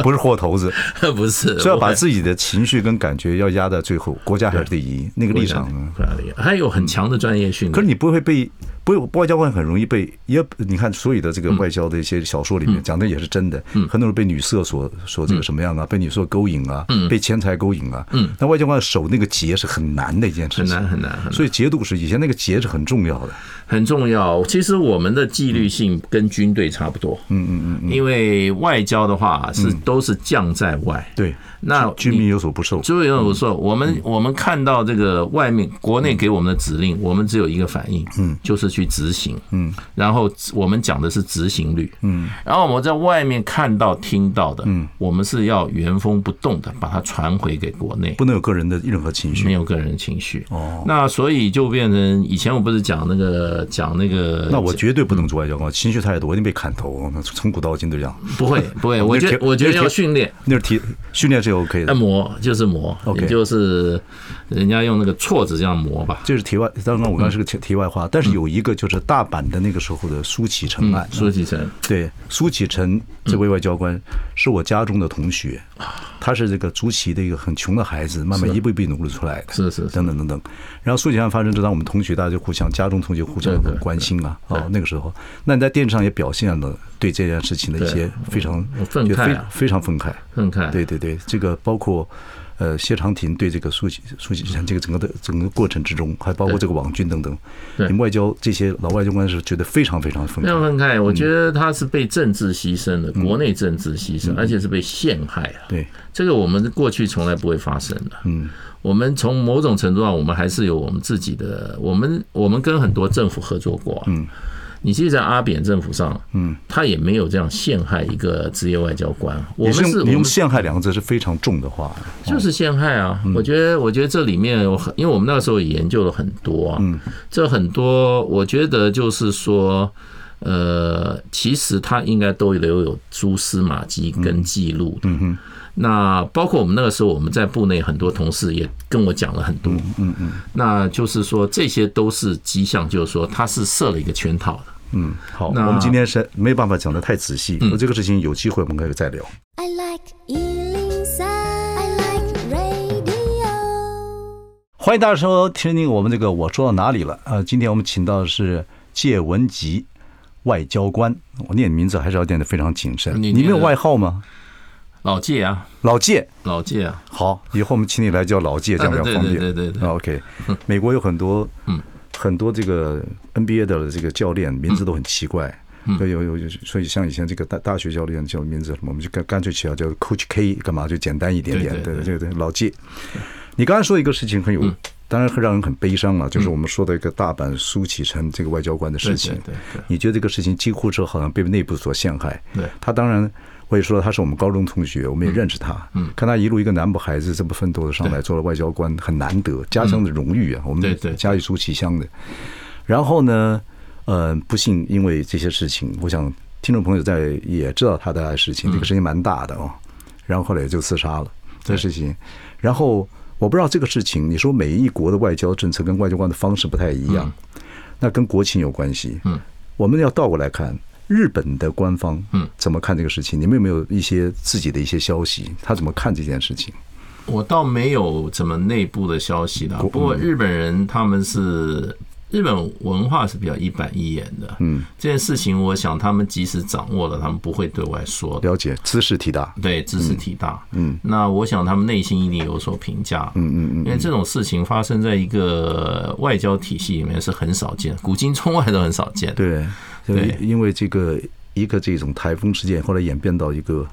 Speaker 2: 不是货头子，
Speaker 3: 多，不是，
Speaker 2: 所以要把
Speaker 3: 我
Speaker 2: 自己的情绪跟感觉要压在最后，国家还是第一，那个立场呢？啊
Speaker 3: 我想还有很强的专业训练，
Speaker 2: 可是你不会被不外交官很容易被也你看所有的这个外交的一些小说里面讲的也是真的，很多人被女色所所这个什么样啊，被女色勾引啊，被钱财勾引啊，嗯，那外交官守那个结是很难的一件事
Speaker 3: 很
Speaker 2: 情，
Speaker 3: 难很难很难
Speaker 2: 所以节度使以前那个节是很重要的，
Speaker 3: 很重要。其实我们的纪律性跟军队差不多，嗯嗯嗯，因为外交的话是都是将在外，
Speaker 2: 对，
Speaker 3: 那
Speaker 2: 嗯军民有所不受，
Speaker 3: 就有我说，我们我们看到这个外面国内给我们的指令，我们只有一个反应，嗯，就是去执行，嗯，然后我们讲的是执行率，嗯，然后我们在外面看到听到的，嗯，我们是要原封不动的把它传回给国内，
Speaker 2: 不能有个人的任何情绪
Speaker 3: 没。有个人情绪，哦，那所以就变成以前我不是讲那个讲那个，
Speaker 2: 那我绝对不能做外交官，情绪太多，我一定被砍头。那从古到今都这样。
Speaker 3: 不 会不会，我觉得
Speaker 2: 铁
Speaker 3: 我觉得
Speaker 2: 那是
Speaker 3: 要
Speaker 2: 铁
Speaker 3: 训练，
Speaker 2: 那是体训练是 OK
Speaker 3: 那
Speaker 2: 的，
Speaker 3: 磨就是磨
Speaker 2: OK
Speaker 3: 也就是人家用那个锉子这样磨吧，
Speaker 2: 这是题外。当然，我刚才是个题
Speaker 3: 嗯
Speaker 2: 题外话，但是有一个就是大阪的那个时候的苏启成案，
Speaker 3: 说几嗯成。嗯
Speaker 2: 对，苏启成这位外交官是我家中的同学，
Speaker 3: 啊
Speaker 2: 他是这个竹崎的一个很穷的孩子，慢慢一步一步努力出来的，
Speaker 3: 是是是
Speaker 2: 等等等等。然后苏启成发生之后，我们同学大家就互相家中同学互相
Speaker 3: 对对
Speaker 2: 关心啊，哦，那个时候，那你在电视上也表现了对这件事情的一些非常
Speaker 3: 我愤
Speaker 2: 就
Speaker 3: 慨
Speaker 2: 非
Speaker 3: 啊
Speaker 2: 非常愤慨，
Speaker 3: 愤慨
Speaker 2: 对对对，这个包括。呃，谢长廷对这个苏启苏启成这个整个的整个过程之中，还包括这个网军等等，你
Speaker 3: 对
Speaker 2: 们外交这些老外交官是觉得非常非常愤
Speaker 3: 廖
Speaker 2: 慨，
Speaker 3: 文凯，我觉得他是被政治牺牲的，国内政治牺牲，而且是被陷害啊。
Speaker 2: 对，
Speaker 3: 这个我们过去从来不会发生的。嗯，我们从某种程度上，我们还是有我们自己的，我们我们跟很多政府合作过。嗯，你记得在阿扁政府上，嗯，他也没有这样陷害一个职业外交官。啊我
Speaker 2: 你
Speaker 3: 们是，我
Speaker 2: 用你
Speaker 3: 们
Speaker 2: 用“陷害”两个字是非常重的话，
Speaker 3: 就是陷害啊！
Speaker 2: 嗯
Speaker 3: 我觉得，我觉得这里面我很，因为我们那个时候也研究了很多啊，
Speaker 2: 嗯
Speaker 3: 这很多我觉得就是说，呃，其实他应该都留有蛛丝马迹
Speaker 2: 嗯
Speaker 3: 跟记录的。那包括我们那个时候，我们在部内很多同事也跟我讲了很多，嗯嗯，那就是说这些都是迹象，就是说他是设了一个圈套的。
Speaker 2: 嗯，好，我
Speaker 3: 那嗯
Speaker 2: 们今天是没办法讲的太仔细，那这个事情有机会我们可以再聊。
Speaker 4: I like Ealing Sound. I like radio.
Speaker 2: 欢迎大家收听听我们这个我说到哪里了？呃，今天我们请到的是谢文吉外交官，我念名字还是要念得非常谨慎。
Speaker 3: 你
Speaker 2: 你没有
Speaker 3: 念得
Speaker 2: 外号吗？
Speaker 3: 老界啊，
Speaker 2: 老谢，
Speaker 3: 老界啊，
Speaker 2: 好，以后我们请你来叫老谢，这样比较方便。
Speaker 3: 对对对对对嗯
Speaker 2: 啊 OK，美国有很多很多这个 NBA 的这个教练名字都很奇怪。
Speaker 3: 嗯
Speaker 2: 所以有有有，所以像以前这个大大学教练叫名字什么，我们就干干脆起来叫 Coach K，干嘛就简单一点点。
Speaker 3: 对对嗯
Speaker 2: 对对，老谢。你刚才说一个事情很有，当然会让人很悲伤了，就是我们说的一个大阪苏启成这个外交官的事情。
Speaker 3: 对对对对
Speaker 2: 你觉得这个事情几乎是好像被内部所陷害。
Speaker 3: 对
Speaker 2: 他当然，我也说他是我们高中同学，我们也认识他。嗯，看他一路一个南部孩子这么奋斗的上来，做了外交官，很难得，家乡的荣誉啊，我
Speaker 3: 对
Speaker 2: 们
Speaker 3: 对
Speaker 2: 家里出奇乡的。然后呢，呃，不幸因为这些事情，我想听众朋友在也知道他的事情，这个事情蛮大的哦。然后后来也就自杀了，这事情。然后我不知道这个事情，你说每一国的外交政策跟外交官的方式不太一样，那跟国情有关系。嗯，我们要倒过来看。日本的官方嗯怎么看这个事情？你们有没有一些自己的一些消息？他怎么看这件事情？
Speaker 3: 我倒没有怎么内部的消息啦。不过日本人他们是日本文化是比较一板一眼的，嗯，这件事情我想他们即使掌握了，他们不会对外说的。
Speaker 2: 了解，姿势体大，
Speaker 3: 对，知识体大，嗯，那我想他们内心一定有所评价，嗯嗯嗯，因为这种事情发生在一个外交体系里面是很少见，古今中外都很少见，，
Speaker 2: 对，因为
Speaker 3: 对
Speaker 2: 因为这个一个这种台风事件，后来演变到一个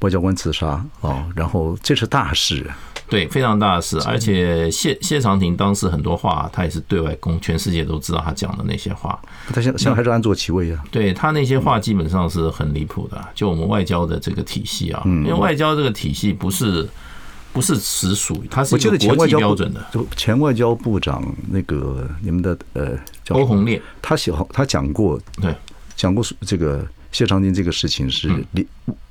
Speaker 2: 外交官自杀啊、然后这是大事，
Speaker 3: 对，非常大的事，而且谢谢长廷当时很多话，他也是对外公，全世界都知道他讲的那些话，
Speaker 2: 他现现在还是安坐其位啊。
Speaker 3: 对他那些话基本上是很离谱的，啊就我们外交的这个体系啊，
Speaker 2: 嗯
Speaker 3: 因为外交这个体系不是不是实属，它是
Speaker 2: 我
Speaker 3: 一
Speaker 2: 记
Speaker 3: 个
Speaker 2: 得前
Speaker 3: 国
Speaker 2: 外
Speaker 3: 际
Speaker 2: 交
Speaker 3: 标
Speaker 2: 部
Speaker 3: 准的。
Speaker 2: 就前外交部长那个你们的呃叫
Speaker 3: 欧鸿烈，
Speaker 2: 他写好他讲过
Speaker 3: 对
Speaker 2: 讲过这个谢长廷这个事情是离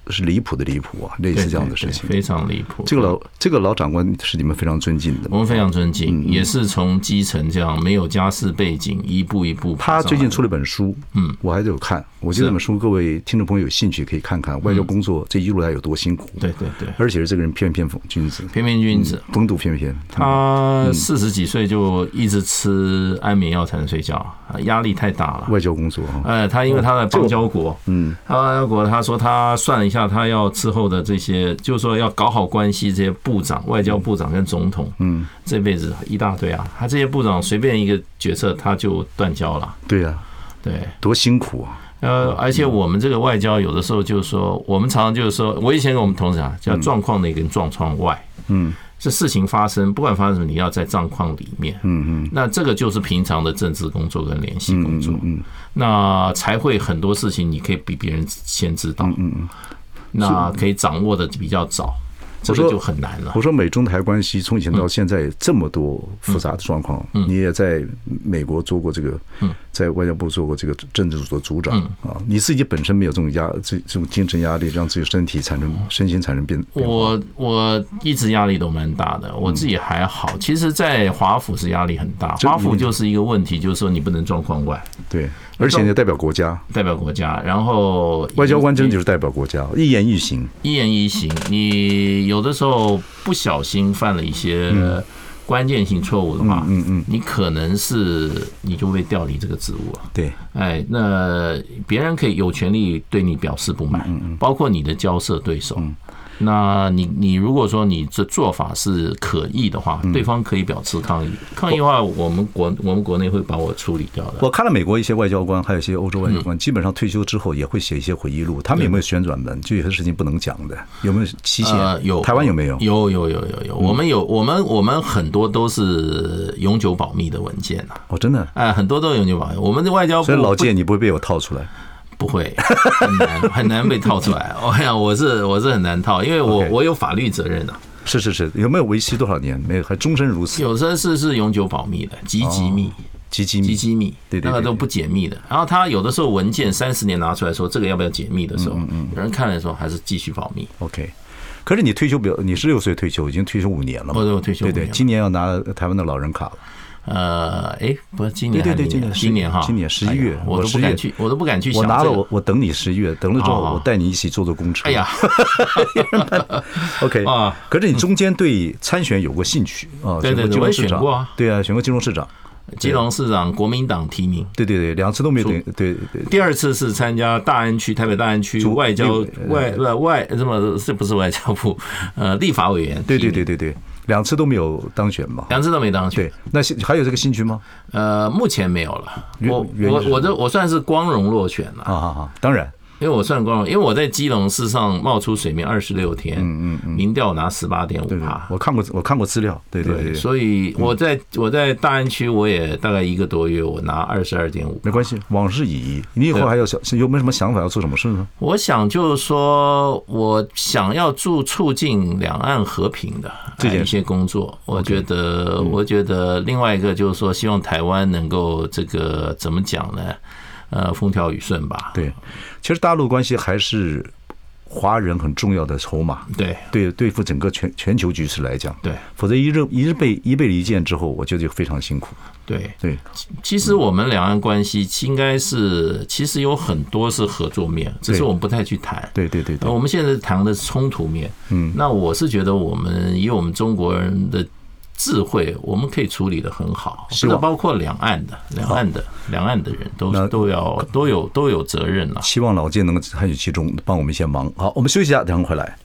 Speaker 2: 是离谱的离谱啊，类
Speaker 3: 嗯对
Speaker 2: 似这样的事
Speaker 3: 对对
Speaker 2: 情。
Speaker 3: 非常离谱。
Speaker 2: 这个老这个老长官是你们非常尊敬的
Speaker 3: 我。们非常尊
Speaker 2: 嗯
Speaker 3: 敬，也是从基层这样没有家世背景，一步一步
Speaker 2: 他
Speaker 3: 爬上来
Speaker 2: 最近出了本书，嗯，我还得有看。我觉得这本书各位听众朋友有兴趣可以看看，外交工作这一路来有多辛苦。
Speaker 3: 对对对
Speaker 2: 而且是这个人翩翩风君子，
Speaker 3: 翩翩君子，
Speaker 2: 风度翩翩。嗯
Speaker 3: 他四十几岁就一直吃安眠药才能睡觉，啊压力太大了。
Speaker 2: 外交工作啊，
Speaker 3: 呃，他因为他在邦交国，嗯，他邦交国，他说他算了一下，他要之后的这些，就是说要搞好关系，这些部长、外交部长跟总统，嗯，这辈子一大堆啊，他这些部长随便一个决策他就断交了，
Speaker 2: 对呀，
Speaker 3: 对，
Speaker 2: 多辛苦啊！
Speaker 3: 呃，而且我们这个外交有的时候就是说，我们常常就是说，我以前跟我们同事啊，叫状况内跟状况外，
Speaker 2: 嗯，
Speaker 3: 这事情发生，不管发生什么，你要在状况里面，嗯嗯，那这个就是平常的政治工作跟联系工作，嗯，那才会很多事情你可以比别人先知道，嗯嗯，那可以掌握的比较早，这
Speaker 2: 我
Speaker 3: 个
Speaker 2: 说
Speaker 3: 就很难了
Speaker 2: 我。说美中台关系从以前到现在这么多复杂的状况，你也在美国做过这个，在外交部做过这个政治组的组长啊。你自己本身没有这种压，这这种精神压力，让自己身体产生身心产生变变化
Speaker 3: 我我一直压力都蛮大的，我自己还好。其实，在华府是压力很大，
Speaker 2: 这
Speaker 3: 华府就是一嗯个问题，就是说你不能状况外
Speaker 2: 对，而且你代表国家，
Speaker 3: 代表国家，然后
Speaker 2: 外交官真的
Speaker 3: 一
Speaker 2: 就是代表国家，
Speaker 3: 嗯
Speaker 2: 一言一行。
Speaker 3: 一言一行，你有的时候不小心犯了一些关键性错误的话，嗯嗯，你可能是你就被调离这个职务了。
Speaker 2: 对，
Speaker 3: 哎，那别人可以有权利对你表示不满，包括你的交涉对手。那你你如果说你这做法是可议的话，对方可以表示抗议，抗议的话，我们国我们国内会把我处理掉的。
Speaker 2: 我看了美国一些外交官，还有一些欧洲外交
Speaker 3: 嗯
Speaker 2: 官，基本上退休之后也会写一些回忆录。他们有没有旋转门？就有些事情不能讲的，有没有期限？
Speaker 3: 呃，有
Speaker 2: 台湾有没有？嗯
Speaker 3: 有有有有有，我们有我们我们很多都是永久保密的文件啊，
Speaker 2: 哦，真的。
Speaker 3: 哎，很多都是永久保密。我们的外交部
Speaker 2: 所以老
Speaker 3: 不
Speaker 2: 界你不会被我套出来。
Speaker 3: 不会，很难很难被套出来。 我想我是我是很难套，因为我
Speaker 2: OK
Speaker 3: 我有法律责任啊。
Speaker 2: 是是是，有没有为期多少年？没有，还终身如此。
Speaker 3: 有些是是永久保密的，极机密，
Speaker 2: 极机
Speaker 3: 极
Speaker 2: 密，
Speaker 3: 机密，
Speaker 2: 哦对对对
Speaker 3: 那个都不解密的。然后他有的时候文件三十年拿出来说这个要不要解密的时候，
Speaker 2: 嗯
Speaker 3: 有人看了说还是继续保密。
Speaker 2: OK。可是你退休表，你十六岁退休，已经退休五年了嘛？
Speaker 3: 哦对我退休
Speaker 2: 对
Speaker 3: 五
Speaker 2: 对，
Speaker 3: 年了
Speaker 2: 今年要拿台湾的老人卡了。
Speaker 3: 呃，哎，不是今年
Speaker 2: 对
Speaker 3: 还
Speaker 2: 对对
Speaker 3: 是明年，
Speaker 2: 今年
Speaker 3: 今年哈，
Speaker 2: 今年11月
Speaker 3: 哎呀我都
Speaker 2: 我11
Speaker 3: 不
Speaker 2: 月
Speaker 3: 敢去，我都不敢去想
Speaker 2: 我
Speaker 3: 这个。
Speaker 2: 拿了，我我等你十一月，等了之
Speaker 3: 好
Speaker 2: 后
Speaker 3: 好
Speaker 2: 我带你一起坐坐公车。
Speaker 3: 哎呀，
Speaker 2: OK
Speaker 3: 啊
Speaker 2: 可是你中间对参选有过兴趣啊？
Speaker 3: 对对
Speaker 2: 选过
Speaker 3: 对
Speaker 2: 金
Speaker 3: 我
Speaker 2: 融
Speaker 3: 也
Speaker 2: 市
Speaker 3: 选过
Speaker 2: 长
Speaker 3: 啊，
Speaker 2: 对啊，选过金融市长，
Speaker 3: 基隆市长国民党提名，
Speaker 2: 对对对，两次都没有等，对对
Speaker 3: 第二次是参加大安区台北大安区
Speaker 2: 主
Speaker 3: 外交
Speaker 2: 立
Speaker 3: 外外外这么这不是外交部 呃立法委员，
Speaker 2: 对对，对对对，两次都没有当选嘛。
Speaker 3: 两次都没当选
Speaker 2: 对。，那兴还有这个兴趣吗？
Speaker 3: 呃，目前没有了。
Speaker 2: 原
Speaker 3: 我
Speaker 2: 原因
Speaker 3: 我
Speaker 2: 是
Speaker 3: 我这我算是光荣落选了，
Speaker 2: 啊啊啊！当然，
Speaker 3: 因为我算光荣，因为我在基隆市上冒出水面二十六天，嗯嗯，民调拿十八点五
Speaker 2: 对对
Speaker 3: 趴，，
Speaker 2: 我看过我看过资料，对对嗯对，
Speaker 3: 所以我在我在大安区我也大概一个多月，我拿二十二点五。
Speaker 2: 没关系，往事已矣。你以后
Speaker 3: 对
Speaker 2: 还有想有没有什么想法要做什么事呢？
Speaker 3: 我想就是说，我想要助促进两岸和平的啊
Speaker 2: 这件嗯
Speaker 3: 一些工作，我觉得，我觉得另外一个就是说，希望台湾能够这个怎么讲呢？呃，风调雨顺吧。
Speaker 2: 对，其实大陆关系还是华人很重要的筹码，
Speaker 3: 对
Speaker 2: 对对付整个全全球局势来讲，
Speaker 3: 对
Speaker 2: 否则一日一日被一被离间之后，我觉得就非常辛苦。
Speaker 3: 对，
Speaker 2: 对，
Speaker 3: 其
Speaker 2: 嗯
Speaker 3: 实我们两岸关系应该是，其实有很多是合作面，只是
Speaker 2: 对
Speaker 3: 我们不太去谈。
Speaker 2: 对对对
Speaker 3: 呃
Speaker 2: 对，
Speaker 3: 我们现在谈的是冲突面，嗯，那我是觉得我们以我们中国人的智慧，我们可以处理的很好，
Speaker 2: 希
Speaker 3: 这
Speaker 2: 望
Speaker 3: 个包括两岸的、两岸的、两岸的人都
Speaker 2: 那
Speaker 3: 都要都有都有责任了。
Speaker 2: 希望老健能够参与其中，帮我们一些忙。好，我们休息一下，等会儿回来。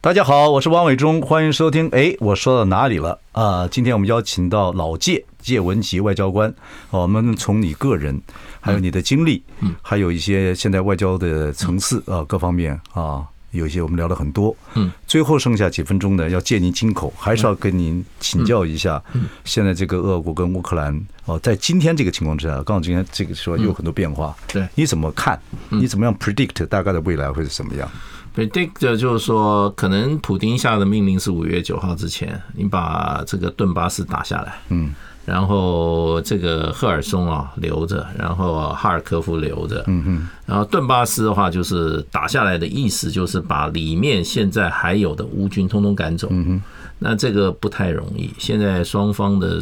Speaker 2: 大家好，我是王伟忠，欢迎收听。哎，我说到哪里了？啊、今天我们邀请到老介介文吉外交官、啊我们从你个人，还有你的经历，嗯，还有一些现在外交的层次啊、各方面啊，有一些我们聊了很多。嗯，最后剩下几分钟
Speaker 3: 嗯
Speaker 2: 呢，要借您金口，还是要跟您请教一下，现在这个俄国跟乌克兰哦、在今天这个情况之下，刚好今天这个说又有很多变化，
Speaker 3: 对嗯
Speaker 2: 你怎么看？你怎么样 predict 大概的未来会是什么样？
Speaker 3: predict 就是说，可能普丁下的命令是五月九号之前，你把这个顿巴斯打下来，嗯，然后这个赫尔松啊留着，然后哈尔科夫留着，嗯嗯，然后顿巴斯的话就是打下来的意思就是把里面现在还有的乌军通通赶走，嗯那这个不太容易，现在双方的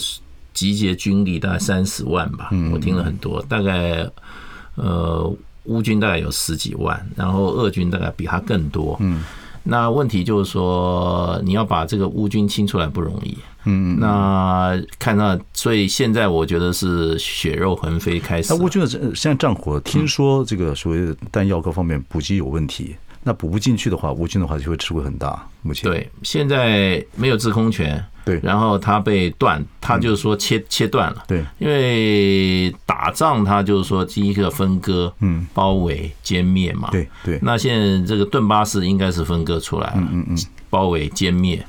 Speaker 3: 集结军力大概三十万吧，我听了很多，大概呃。乌军大概有十几万，然后俄军大概比他更多。嗯，那问题就是说，你要把这个乌军清出来不容易。嗯，那看到，所以现在我觉得是血肉横飞开始
Speaker 2: 那。乌军的这现在战火，听说这个所谓的弹药各方面补给有问题，那补不进去的话，乌军的话就会吃亏很大。目前，
Speaker 3: 对，现在没有制空权。
Speaker 2: 对嗯
Speaker 3: 然后他被断，他就是说切、切断了。
Speaker 2: 对
Speaker 3: 因为打仗，他就是说第一个分割、嗯，包围、歼灭嘛。
Speaker 2: 对对
Speaker 3: 那现在这个顿巴斯应该是分割出来了，嗯嗯包围、歼灭。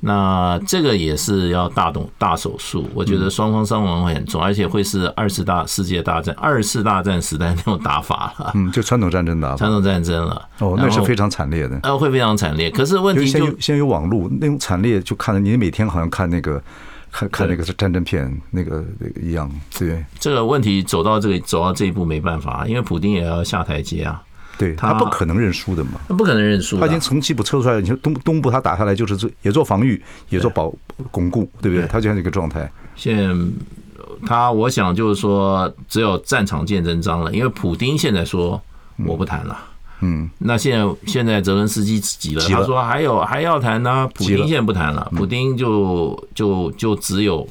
Speaker 3: 那这个也是要大动大手术，我觉
Speaker 2: 嗯
Speaker 3: 得双方伤亡会很重，而且会是二次大世界大战、二次大战时代那种打法了，
Speaker 2: 嗯，就传统战争打法
Speaker 3: 传统战争了。
Speaker 2: 哦，那是非
Speaker 3: 常
Speaker 2: 常惨烈的。
Speaker 3: 呃会非常惨烈。可是问
Speaker 2: 因为
Speaker 3: 题
Speaker 2: 现在
Speaker 3: 就
Speaker 2: 有现在有网络，那种惨烈就看了，你每天好像看那个看看那个战争片那个那个一样。对
Speaker 3: 这个问题走到这个走到这一步没办法，因为普丁也要下台阶啊，
Speaker 2: 对，他
Speaker 3: 他
Speaker 2: 不可能认输的嘛。
Speaker 3: 他不可能认输的啊
Speaker 2: 他已经从西部撤出来了，你说东东部他打下来就是做也做防御，也做保巩固，对不对？
Speaker 3: 对
Speaker 2: 他就像这个状态。
Speaker 3: 现在他，我想就是说，只有战场见真章了，因为普丁现在说我不谈了。嗯，那现在现在泽伦斯基急了，
Speaker 2: 急了
Speaker 3: 他说还有还要谈呢、普
Speaker 2: 急了嗯
Speaker 3: 丁现在不谈了，普丁就就就只有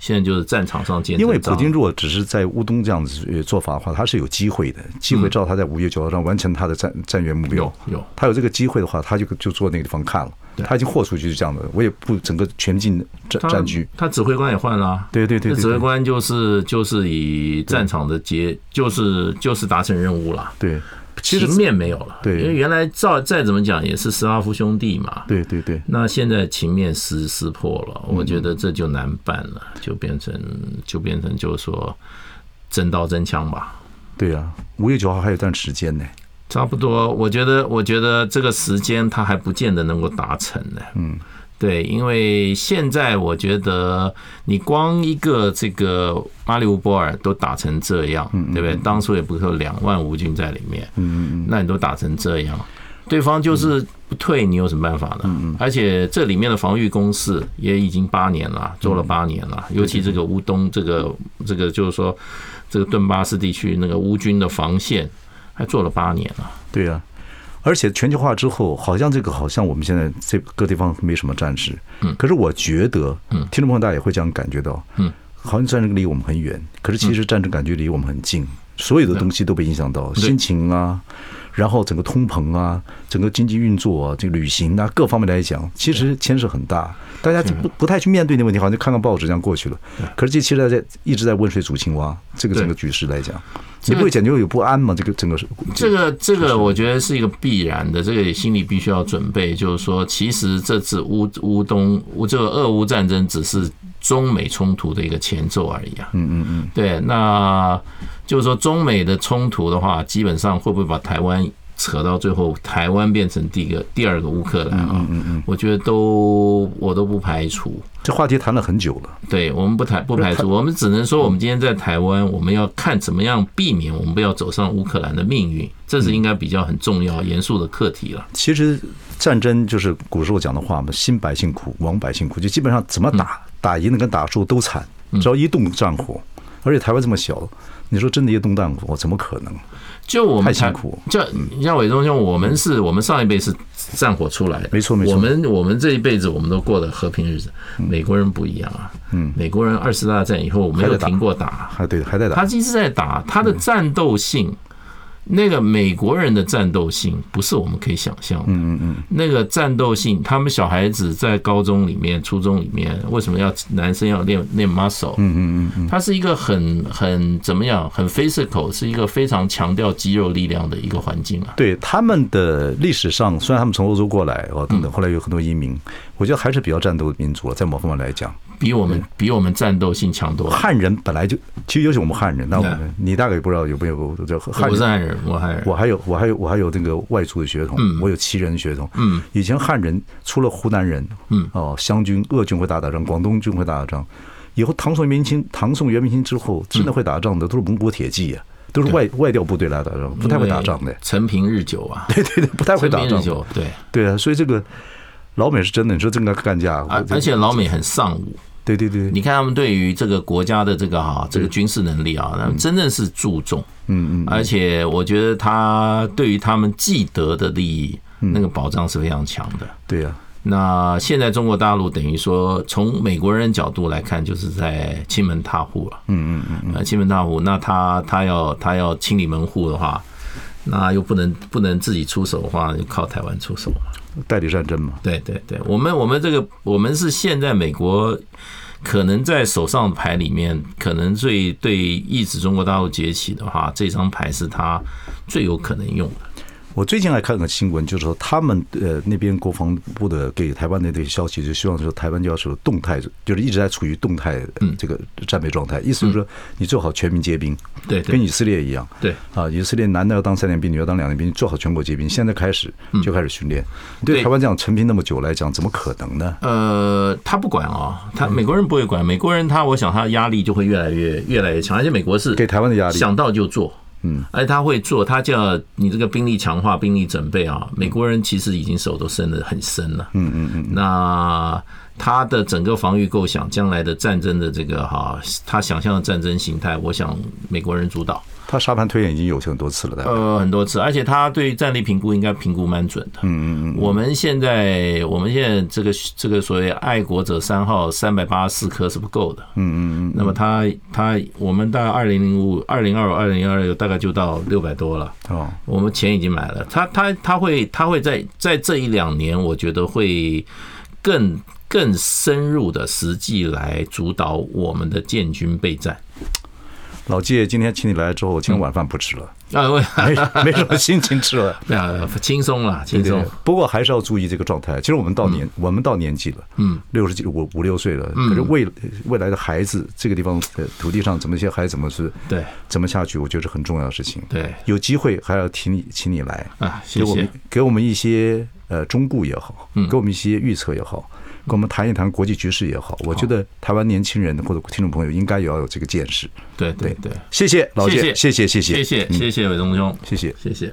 Speaker 3: 现在就是战场上见真
Speaker 2: 因
Speaker 3: 章。
Speaker 2: 为普京如果只是在乌东这样子呃做法的话，他是有机会的，机会照他在五月九号上完成他的战战略目标
Speaker 3: 嗯有。有
Speaker 2: 他有这个机会的话，他就就坐那个地方看了。
Speaker 3: 对
Speaker 2: 他已经豁出去是这样的，我也不整个全境占
Speaker 3: 他
Speaker 2: 占据。
Speaker 3: 他指挥官也换了啊。
Speaker 2: 对对对
Speaker 3: 这
Speaker 2: 对
Speaker 3: 指挥
Speaker 2: 对
Speaker 3: 官就是就是以战场的结，就是就是达成任务了。
Speaker 2: 对，其实
Speaker 3: 情面没有了，
Speaker 2: 对
Speaker 3: 因为原来照再怎么讲也是斯拉夫兄弟嘛，
Speaker 2: 对对对，
Speaker 3: 那现在情面撕撕破了，我
Speaker 2: 嗯
Speaker 3: 觉得这就难办了，就变成就变成就是说真刀真枪吧，
Speaker 2: 对啊，五月九号还有一段时间呢。
Speaker 3: 差不多。我觉得我觉得这个时间它还不见得能够达成呢。嗯，对，因为现在我觉得你光一个这个阿里乌波尔都打成这样，对不对？当初也不是有两万吴军在里面，嗯嗯嗯嗯，那你都打成这样。对方就是不退，你有什么办法呢？而且这里面的防御工事也已经八年了，做了八年了。尤其这个乌东，这个这个就是说，这个顿巴斯地区那个乌军的防线还做了八年了。
Speaker 2: 对啊，而且全球化之后，好像这个好像我们现在这各地方没什么战事，嗯，可是我觉得，嗯，听众朋友大家也会这样感觉到，嗯，好像战争离我们很远，可是其实战争感觉离我们很近，所有的东西都被影响到，心情啊。然后整个通膨啊，整个经济运作啊，这个旅行啊，各方面来讲，其实牵涉很大。大家就不不太去面对那问题，好像就看看报纸这样过去了。可是这其实在一直在温水煮青蛙，这个整个局势来讲，你
Speaker 3: 个
Speaker 2: 不会感觉有不安吗？这个整个是
Speaker 3: 这个这个，我觉得是一个必然的，这个也心里必须要准备，就是说，其实这次乌乌东乌这个俄乌战争只是中美冲突的一个前奏而已啊。嗯嗯嗯，对，那就是说中美的冲突的话，基本上会不会把台湾扯到最后，台湾变成第一个第二个乌克兰啊？嗯嗯，我觉得都我都不排除。
Speaker 2: 这话题谈了很久了。
Speaker 3: 对我们不排不排除，我们只能
Speaker 2: 嗯
Speaker 3: 说我们今天在台湾，我们要看怎么样避免我们不要走上乌克兰的命运，这是
Speaker 2: 嗯
Speaker 3: 应该比较很重要、严肃的课题了。
Speaker 2: 其实战争就是古时候讲的话嘛，新百姓苦，亡百姓苦，就基本上怎么打，
Speaker 3: 嗯
Speaker 2: 打赢的跟打输都惨，只要一动战火，而且台湾这么小，你说真的一动战火，怎么可能？
Speaker 3: 就我们
Speaker 2: 太辛
Speaker 3: 台
Speaker 2: 苦嗯
Speaker 3: 就你像伟忠兄，我们是我们上一辈是战火出来的，
Speaker 2: 没错没错嗯
Speaker 3: 我们我们这一辈子我们都过得和平日子，美国人不一样啊，嗯，美国人二次大战以后没
Speaker 2: 还
Speaker 3: 有
Speaker 2: 在打
Speaker 3: 停过打，
Speaker 2: 还对，还在
Speaker 3: 他
Speaker 2: 打，
Speaker 3: 一直在打，他的战斗性，那个美国人的战斗性不是我们可以想象的。嗯嗯嗯，那个战斗性，他们小孩子在高中里面、初中里面，为什么要男生要练练 muscle？嗯嗯嗯，它是一个很很怎么样，很 physical，是一个非常强调肌肉力量的一个环境啊。
Speaker 2: 对他们的历史上，虽然他们从欧洲过来
Speaker 3: 嗯
Speaker 2: 哦等等，后来有很多移民，我觉得还是比较战斗的民族了，在某方面来讲，
Speaker 3: 比我们比我们战斗性强多了。
Speaker 2: 汉人本来就，其实尤其我们汉人，那我
Speaker 3: 对
Speaker 2: 们你大概也不知道有没有这汉
Speaker 3: 我不是汉人人，我还
Speaker 2: 我还有我还有我还有那个外族的血统，我有旗人的血统。嗯，以前汉人除了湖南人，嗯，哦，湘军、鄂军会打打仗，广东军会打打仗。以后唐宋元明清，唐宋元明清之
Speaker 3: 嗯
Speaker 2: 后，真的会打仗的都是蒙古铁骑呀、都是外外调部队来打
Speaker 3: 嗯
Speaker 2: 仗，不太会打仗的。
Speaker 3: 陈平日久啊，
Speaker 2: 对对对，不 太会
Speaker 3: 陈
Speaker 2: 打
Speaker 3: 平
Speaker 2: 仗
Speaker 3: 日
Speaker 2: 的。
Speaker 3: 久，对，
Speaker 2: 对啊，所以这个老美是真的，你说这个干架，
Speaker 3: 而
Speaker 2: 我
Speaker 3: 而且老美很尚武。
Speaker 2: 对对对，
Speaker 3: 你看他们对于这个国家的这个哈、这个军事能力啊，他们真正是注重，嗯嗯嗯，而且我觉得他对于他们既得的利益，那个保障是非常强的。
Speaker 2: 对啊呀、
Speaker 3: 那现在中国大陆等于说，从美国人角度来看，就是在亲门踏户了。嗯嗯嗯，呃，亲门踏户，那他他要他要清理门户的话，那又不能不能自己出手的话，就靠台湾出手嘛。
Speaker 2: 代理战争嘛，
Speaker 3: 对对对，我们我们这个我们是现在美国可能在手上的牌里面，可能最对抑制中国大陆崛起的话，这张牌是他最有可能用的。
Speaker 2: 我最近还看个新闻，就是说他们呃那边国防部的给台湾那对消息，就希望说台湾就要是动态，就是一直在处于动态呃
Speaker 3: 嗯
Speaker 2: 这个战备状态，意思就是说你最好全民皆兵，
Speaker 3: 对对
Speaker 2: 跟以色列一样，
Speaker 3: 对
Speaker 2: 啊，以色列男的要当三年兵，女的要当两年兵，你最好全国皆兵，现在开始就开始训练。对
Speaker 3: 嗯对
Speaker 2: 台湾这样陈平那么久来讲，怎么可能呢？
Speaker 3: 呃，他不管啊、他美国人不会管，美国人他我想他的压力就会越来越越来越强，而且美国是
Speaker 2: 给台湾的压力
Speaker 3: 想到就做，嗯，而且他会做，他叫你这个兵力强化、兵力准备啊，美国人其实已经手都伸得很深了，嗯嗯嗯，那。他的整个防御构想，将来的战争的这个哈，他想象的战争形态，我想美国人主导，
Speaker 2: 他沙盘推演已经有很多次了，台湾
Speaker 3: 呃，很多次，而且他对战力评估应该评估蛮准的。嗯嗯嗯。我们现在我们现在这个这个所谓爱国者三号三百八十四颗是不够的。嗯嗯嗯。那么他他我们大概二零零五、二零二五、二零二六大概就到六百多了。
Speaker 2: 哦，
Speaker 3: 我们钱已经买了，他他他会他会在在这一两年，我觉得会更更深入的实际来主导我们的建军备战。
Speaker 2: 老季今天请你来之后，
Speaker 3: 嗯
Speaker 2: 今天晚饭不吃了，
Speaker 3: 啊，我
Speaker 2: 没没什么心情吃了。
Speaker 3: 啊，轻松了，轻松
Speaker 2: 对。不过还是要注意这个状态。其实我们到
Speaker 3: 嗯
Speaker 2: 年，我们到年纪了，嗯，六十几五五六岁了，可是未未来的孩子，这个地方呃土地上怎么一些孩子怎么是，
Speaker 3: 对，
Speaker 2: 怎么下去，我觉得是很重要的事情。
Speaker 3: 对
Speaker 2: 有机会还要请你，请你来
Speaker 3: 啊谢
Speaker 2: 给我们
Speaker 3: 谢嗯
Speaker 2: 给我们一些呃忠固也好，给我们一些预测也好。跟我们谈一谈国际局势也好，我觉得台湾年轻人或者听众朋友应该也要有这个见识。
Speaker 3: 对对对，
Speaker 2: 谢谢老
Speaker 3: 谢
Speaker 2: 谢，
Speaker 3: 谢
Speaker 2: 谢谢谢谢
Speaker 3: 谢谢
Speaker 2: 嗯
Speaker 3: 谢谢伟东兄，
Speaker 2: 谢谢。
Speaker 3: 谢谢。